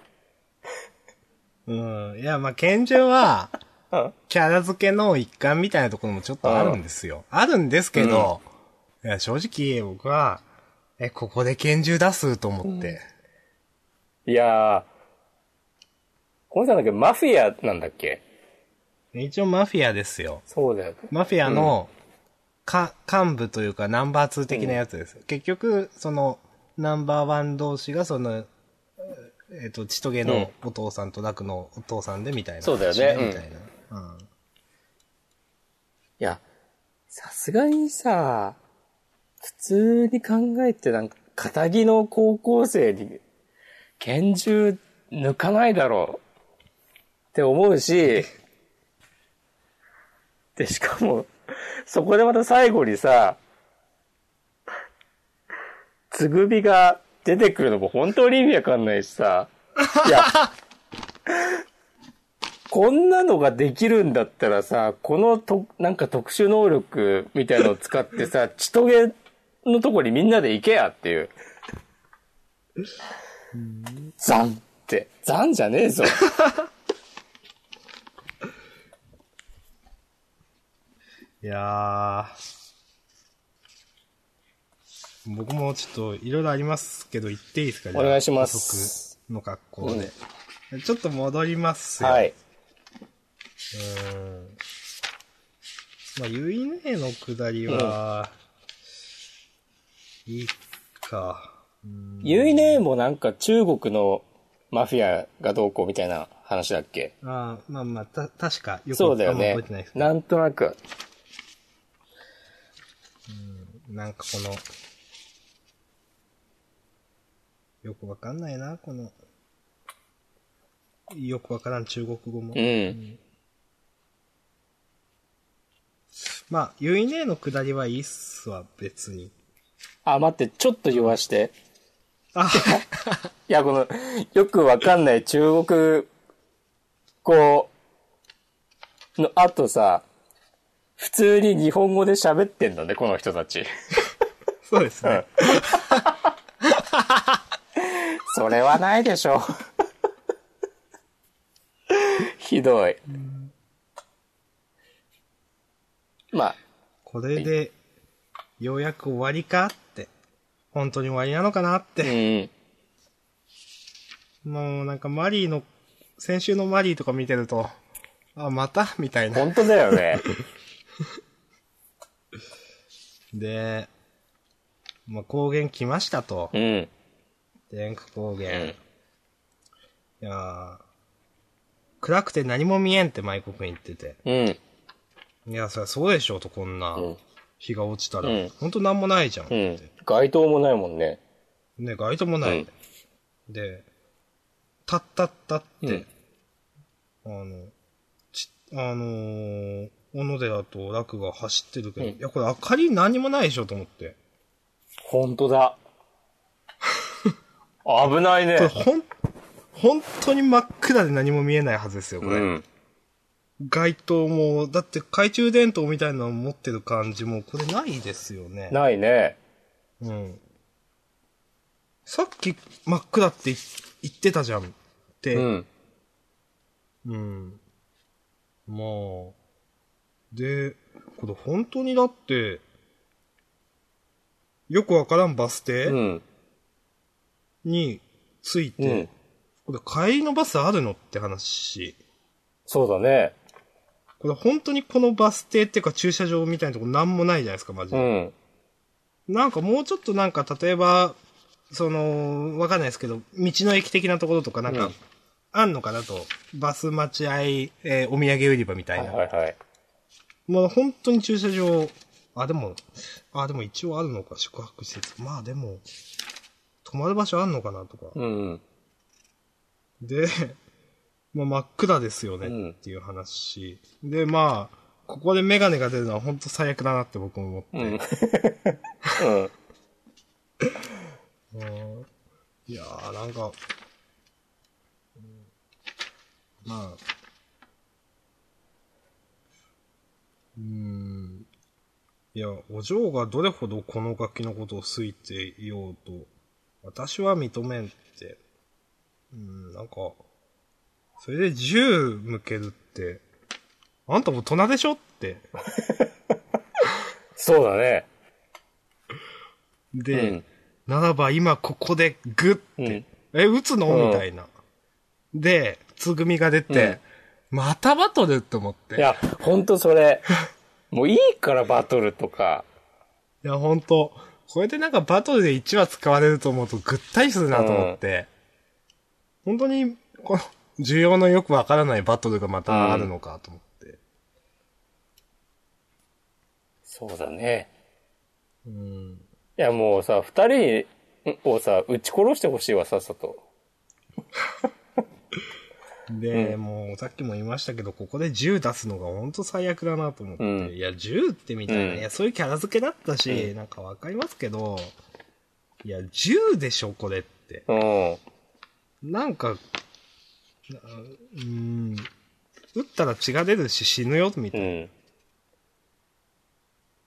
[SPEAKER 2] うん。いや、まあ、拳銃は、
[SPEAKER 1] うん。
[SPEAKER 2] キャラ付けの一環みたいなところもちょっとあるんですよ。あるんですけど、いや正直僕は、え、ここで拳銃出すと思って。
[SPEAKER 1] いやー、この人なんだっけマフィアなんだっけ
[SPEAKER 2] 一応マフィアですよ。
[SPEAKER 1] そうだよ。
[SPEAKER 2] マフィアの、か、幹部というかナンバー2的なやつです。結局、その、ナンバー1同士がその、えっ、と、ちとげのお父さんと楽のお父さんでみたいな、
[SPEAKER 1] そうだよねうん
[SPEAKER 2] みたいな。うん。
[SPEAKER 1] いや、さすがにさ、普通に考えてなんか、仇の高校生に拳銃抜かないだろうって思うし、で、しかも、そこでまた最後にさ、つぐみが出てくるのも本当に意味わかんないしさ、いや、こんなのができるんだったらさ、このと、なんか特殊能力みたいのを使って さ、ちとげのとこにみんなで行けやっていう。ザンって。ザンじゃねえぞ。
[SPEAKER 2] いやー。僕もちょっといろいろありますけど言っていいですか
[SPEAKER 1] お願いしま。す
[SPEAKER 2] じゃあ補足の格好で、ちょっと戻りますよ。
[SPEAKER 1] は。い。
[SPEAKER 2] うーん。まあ、ゆいねえのくだりは、いいか。
[SPEAKER 1] ゆいねもなんか中国のマフィアがどうこうみたいな話だっけ
[SPEAKER 2] あーまあまあ、た、確か、よく
[SPEAKER 1] そうだよ
[SPEAKER 2] あん
[SPEAKER 1] ね
[SPEAKER 2] ま覚えてないです。
[SPEAKER 1] なんとなく。
[SPEAKER 2] なんかこの、よくわかんないな、この、よくわからん中国語も。
[SPEAKER 1] うん。
[SPEAKER 2] まあ、ゆいねえのくだりはいいっすわ、別に。
[SPEAKER 1] あ、待って、ちょっと言わして。
[SPEAKER 2] あ、
[SPEAKER 1] いや、この、よくわかんない中国語の後さ、普通に日本語で喋ってんだね、この人たち。
[SPEAKER 2] そうですね。
[SPEAKER 1] それはないでしょ。 ひどい。まあ、
[SPEAKER 2] これで、ようやく終わりかって。本当に終わりなのかなっ
[SPEAKER 1] う
[SPEAKER 2] て。
[SPEAKER 1] ん。
[SPEAKER 2] もうなんかマリーの、先週のマリーとか見てると、あ、またみたいな。
[SPEAKER 1] 本当だよね。
[SPEAKER 2] で、まあ、高原来ましたと。
[SPEAKER 1] うん。
[SPEAKER 2] 天下高
[SPEAKER 1] う
[SPEAKER 2] 原。い
[SPEAKER 1] ん。
[SPEAKER 2] やー暗くて何も見えんって舞国に言ってて。
[SPEAKER 1] うん。
[SPEAKER 2] いや、そりゃそうでしょうと、こんな
[SPEAKER 1] うん。
[SPEAKER 2] 日が落ちたら。
[SPEAKER 1] うん
[SPEAKER 2] ほんとなんもないじゃん。
[SPEAKER 1] うん。街灯もないもんね。
[SPEAKER 2] ね、街灯もない。で、たったったって、あの、ち、あのー、小野寺と楽が走ってるけど、
[SPEAKER 1] うん
[SPEAKER 2] いや、これ明かり何もないでしょと思って。
[SPEAKER 1] 本当 だ。危ないね
[SPEAKER 2] これ。ほん、本当に真っ暗で何も見えないはずですよ、こ
[SPEAKER 1] う
[SPEAKER 2] れ。
[SPEAKER 1] ん。
[SPEAKER 2] 街灯も、だって懐中電灯みたいなの持ってる感じも、これないですよね。
[SPEAKER 1] ないね。
[SPEAKER 2] うん。さっき真っ暗って言ってたじゃんって、
[SPEAKER 1] うん。
[SPEAKER 2] うん。まあ。で、これ本当にだって、よくわからんバス停、
[SPEAKER 1] うん。
[SPEAKER 2] に着いて、
[SPEAKER 1] うん。
[SPEAKER 2] これ帰りのバスあるのって話。
[SPEAKER 1] そうだね。
[SPEAKER 2] これ本当にこのバス停っていうか駐車場みたいなとこなんもないじゃないですか、マジ
[SPEAKER 1] う
[SPEAKER 2] で。
[SPEAKER 1] ん。
[SPEAKER 2] なんかもうちょっとなんか例えば、その、わかんないですけど、道の駅的なところとかなんか、
[SPEAKER 1] うん
[SPEAKER 2] あんのかなと。バス待合、えーお土産売り場みたい
[SPEAKER 1] は
[SPEAKER 2] な。
[SPEAKER 1] いはいはい。
[SPEAKER 2] まあ本当に駐車場、あ、でも、あ、でも一応あるのか、宿泊施設。まあでも、泊まる場所あんのかなとか。
[SPEAKER 1] うん。
[SPEAKER 2] で、まあ真っ暗ですよね
[SPEAKER 1] うん
[SPEAKER 2] っていう話。で、まあ、ここでメガネが出るのは本当最悪だなって僕も思って。
[SPEAKER 1] うん。うん。
[SPEAKER 2] うんいやー、なんか、うんまあ、うーん、いや、お嬢がどれほどこのガキのことを好いていようと、私は認めんって、うん、なんか、それで銃向けるって、あんた大人でしょって。
[SPEAKER 1] そうだね。う
[SPEAKER 2] で、
[SPEAKER 1] ん。
[SPEAKER 2] ならば今ここでグッ
[SPEAKER 1] うん。
[SPEAKER 2] え、打つの、
[SPEAKER 1] うん
[SPEAKER 2] みたいな。で、つぐみが出て、またバトルって思って。
[SPEAKER 1] いや、ほんとそれ。もういいからバトルとか。
[SPEAKER 2] いや、ほんと、これでなんかバトルで1話使われると思うとぐったりするなと思って、本当に、この、需要のよくわからないバトルがまたあるのかと思って。
[SPEAKER 1] そうだね。
[SPEAKER 2] うん。
[SPEAKER 1] いやもうさ、二人をさ、撃ち殺してほしいわ、さっさと。
[SPEAKER 2] で、もうさっきも言いましたけど、ここで銃出すのが本当最悪だなと思って、
[SPEAKER 1] うん
[SPEAKER 2] いや、銃ってみたいな、
[SPEAKER 1] うん
[SPEAKER 2] いや、そういうキャラ付けだったし、
[SPEAKER 1] う
[SPEAKER 2] なんかわかりますけど、いや、銃でしょ、これって。
[SPEAKER 1] うん。
[SPEAKER 2] なんか、なうーん、打ったら血が出るし死ぬよ、みた
[SPEAKER 1] う
[SPEAKER 2] いな。
[SPEAKER 1] ん。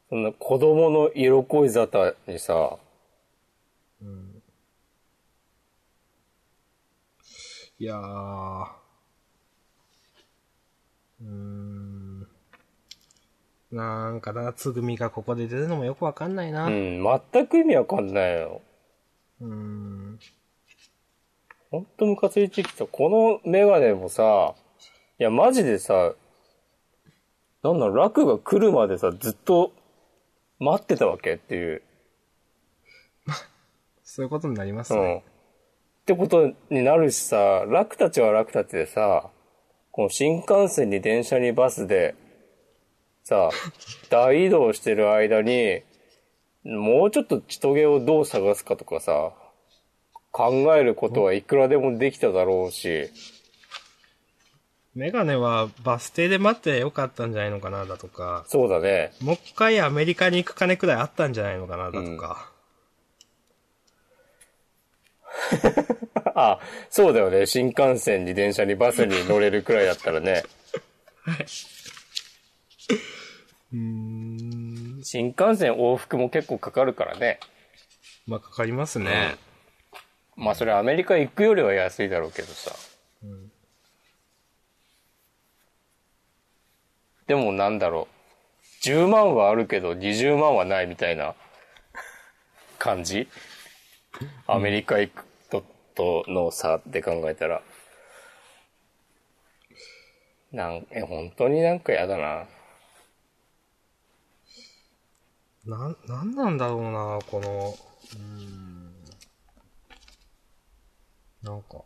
[SPEAKER 1] そんな子供の色恋沙汰にさ、
[SPEAKER 2] いやー。うーん。なんか夏組がここで出るのもよくわかんないな。
[SPEAKER 1] う、
[SPEAKER 2] うん
[SPEAKER 1] 全く意味わかんないよ。
[SPEAKER 2] ーん。
[SPEAKER 1] ほんとムカついてきた。このメガネもさ、いや、マジでさ、なんだろう、楽が来るまでさ、ずっと待ってたわけっていう。
[SPEAKER 2] そういうことになります
[SPEAKER 1] う
[SPEAKER 2] ね。
[SPEAKER 1] ん。ってことになるしさ、楽たちは楽たちでさ、この新幹線に電車にバスで、 さ、大移動してる間に、もうちょっと地トゲをどう探すかとかさ、考えることはいくらでもできただろうし、
[SPEAKER 2] メガネはバス停で待ってよかったんじゃないのかなだとか、
[SPEAKER 1] そうだね。
[SPEAKER 2] もう一回アメリカに行く金くらいあったんじゃないのかなだとか。
[SPEAKER 1] あ、そうだよね。新幹線に電車にバスに乗れるくらいだったらね。
[SPEAKER 2] うーん。
[SPEAKER 1] 新幹線往復も結構かかるからね。
[SPEAKER 2] まあ、かかりますね。
[SPEAKER 1] まあそれアメリカ行くよりは安いだろうけどさ。でもなんだろう。10万はあるけど20万はないみたいな感じアメリカ行くととの差って考えたら。なんえ、本当になんかやだな。
[SPEAKER 2] なん、なんなんだろうな、この、うーん。なんか、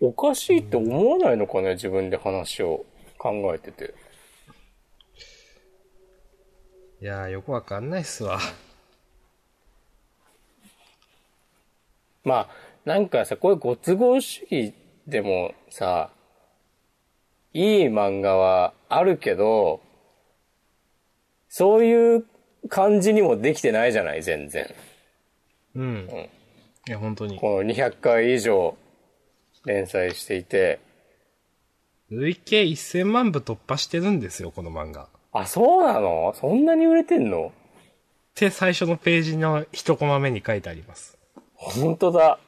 [SPEAKER 1] おかしいって思わないのかね、自分で話を考えてて。
[SPEAKER 2] いやーよくわかんないっすわ。
[SPEAKER 1] まあ、なんかさ、こういうご都合主義でもさ、いい漫画はあるけど、そういう感じにもできてないじゃない、全然。
[SPEAKER 2] うん。いや、本当に。
[SPEAKER 1] この200回以上連載していて。
[SPEAKER 2] 累計1000万部突破してるんですよ、この漫画。っ
[SPEAKER 1] あ、そうなのそんなに売れてんの
[SPEAKER 2] て最初のページの一コマ目に書いてあります。
[SPEAKER 1] 本当だ。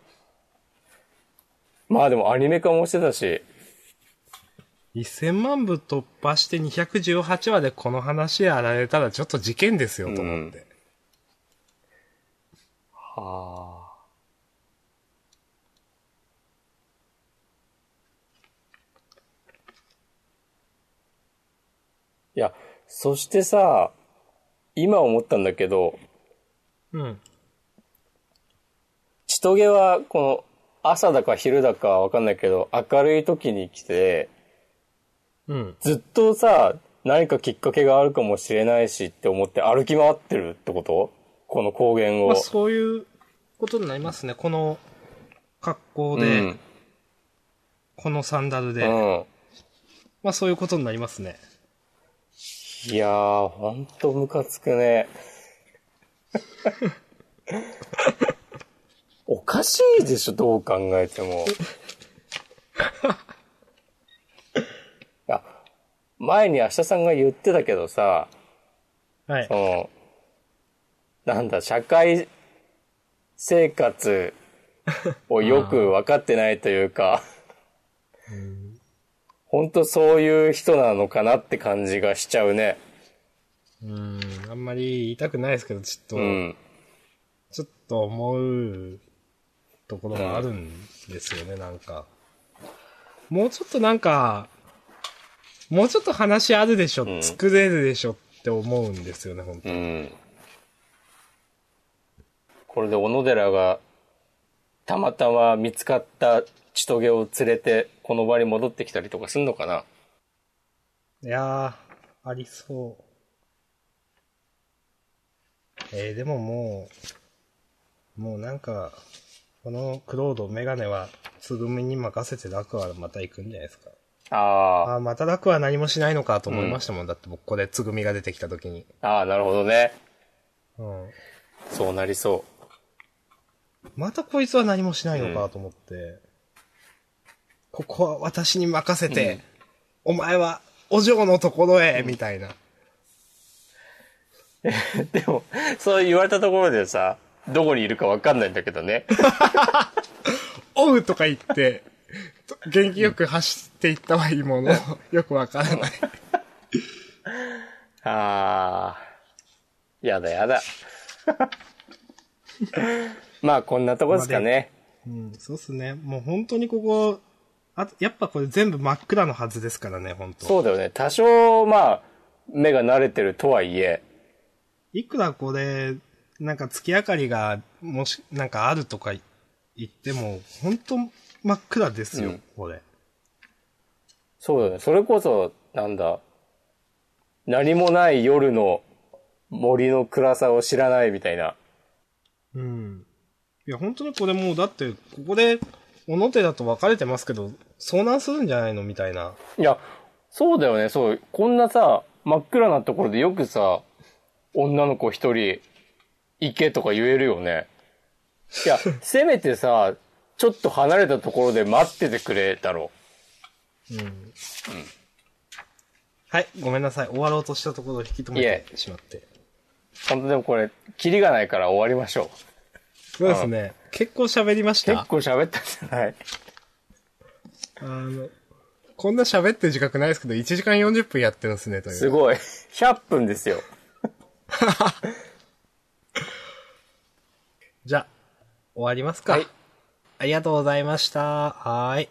[SPEAKER 1] まあでもアニメ化もしてたし、
[SPEAKER 2] 1000万部突破して218話でこの話やられたらちょっと事件ですよ、と思って。
[SPEAKER 1] はあ。いや、そしてさ、今思ったんだけど、
[SPEAKER 2] うん。
[SPEAKER 1] ちとげは、この、朝だか昼だかわかんないけど、明るい時に来て、
[SPEAKER 2] うん。
[SPEAKER 1] ずっとさ、何かきっかけがあるかもしれないしって思って歩き回ってるってことこの高原を。
[SPEAKER 2] まあ、そういうことになりますね。この格好で、
[SPEAKER 1] うん
[SPEAKER 2] このサンダルで。
[SPEAKER 1] うん。
[SPEAKER 2] まあ、そういうことになりますね。
[SPEAKER 1] いやー、ほんとムカつく ね。おかしいでしょ、どう考えて も。いや、前に明日さんが言ってたけどさ、
[SPEAKER 2] はい
[SPEAKER 1] そ。の、なんだ、社会生活をよく分かってないというか、 ほんとそういう人なのかなって感じがしちゃうね。
[SPEAKER 2] うん。あんまり言いたくないですけど、ちょっと、
[SPEAKER 1] うん。
[SPEAKER 2] ちょっと思うところがあるんですよね、なんか。もうちょっとなんか、もうちょっと話あるでしょ、
[SPEAKER 1] ん
[SPEAKER 2] 作れるでしょって思うんですよね、本当
[SPEAKER 1] うん。これで小野寺が、たまたま見つかった千棘を連れて、この場に戻ってきたりとかすんのかない
[SPEAKER 2] やー、ありそう。えー、でももう、もうなんか、このクロードメガネは、つぐみに任せて楽はまた行くんじゃないですか。
[SPEAKER 1] あ
[SPEAKER 2] あーまた楽は何もしないのかと思いましたもん。だって僕ここでつぐみが出てきた時に。
[SPEAKER 1] あ、ああ、なるほどね。
[SPEAKER 2] うん。
[SPEAKER 1] そうなりそ
[SPEAKER 2] またこいつは何もしないのかと思って、ここは私に任せて、お前はお嬢のところへ、みたいな。
[SPEAKER 1] う。 でも、そう言われたところでさ、どこにいるかわかんないんだけどね。
[SPEAKER 2] おうとか言って、 と元気よく走っていったはいいもの、よくわからない。
[SPEAKER 1] あー。やだや だ。まあ、こんなとこですかね。
[SPEAKER 2] うん、そうっすね。もう本当にここ、あとやっぱこれ全部真っ暗のはずですからね、本当
[SPEAKER 1] そうだよね。多少、まあ、目が慣れてるとはいえ、
[SPEAKER 2] いくらこれ、なんか月明かりが、もし、なんかあるとか言っても、本当真っ暗ですよ、
[SPEAKER 1] うん
[SPEAKER 2] これ。
[SPEAKER 1] そうだね。それこそ、なんだ、何もない夜の森の暗さを知らないみたいな。
[SPEAKER 2] うん。いや、本当にこれもう、だって、ここで、小野手だと分かれてますけど、遭難するんじゃないのみたいな。
[SPEAKER 1] いや、そうだよね。そう。こんなさ、真っ暗なところでよくさ、女の子一人、行けとか言えるよね。いや、せめてさ、ちょっと離れたところで待っててくれだろ
[SPEAKER 2] うん。はい、ごめんなさい。終わろうとしたところを引き止め
[SPEAKER 1] いえ
[SPEAKER 2] てしまって。
[SPEAKER 1] う。本当でもこれ、キリがないから終わりましょ
[SPEAKER 2] そうですね。結構喋りまし
[SPEAKER 1] う。結
[SPEAKER 2] た。
[SPEAKER 1] 構喋ったんじゃない
[SPEAKER 2] あの、こんな喋ってる自覚ないですけど、1時間40分やってるんですね、という。
[SPEAKER 1] すごい。100分 ですよ。
[SPEAKER 2] じゃあ、終わりますか。
[SPEAKER 1] はい
[SPEAKER 2] ありがとうございました。はーい。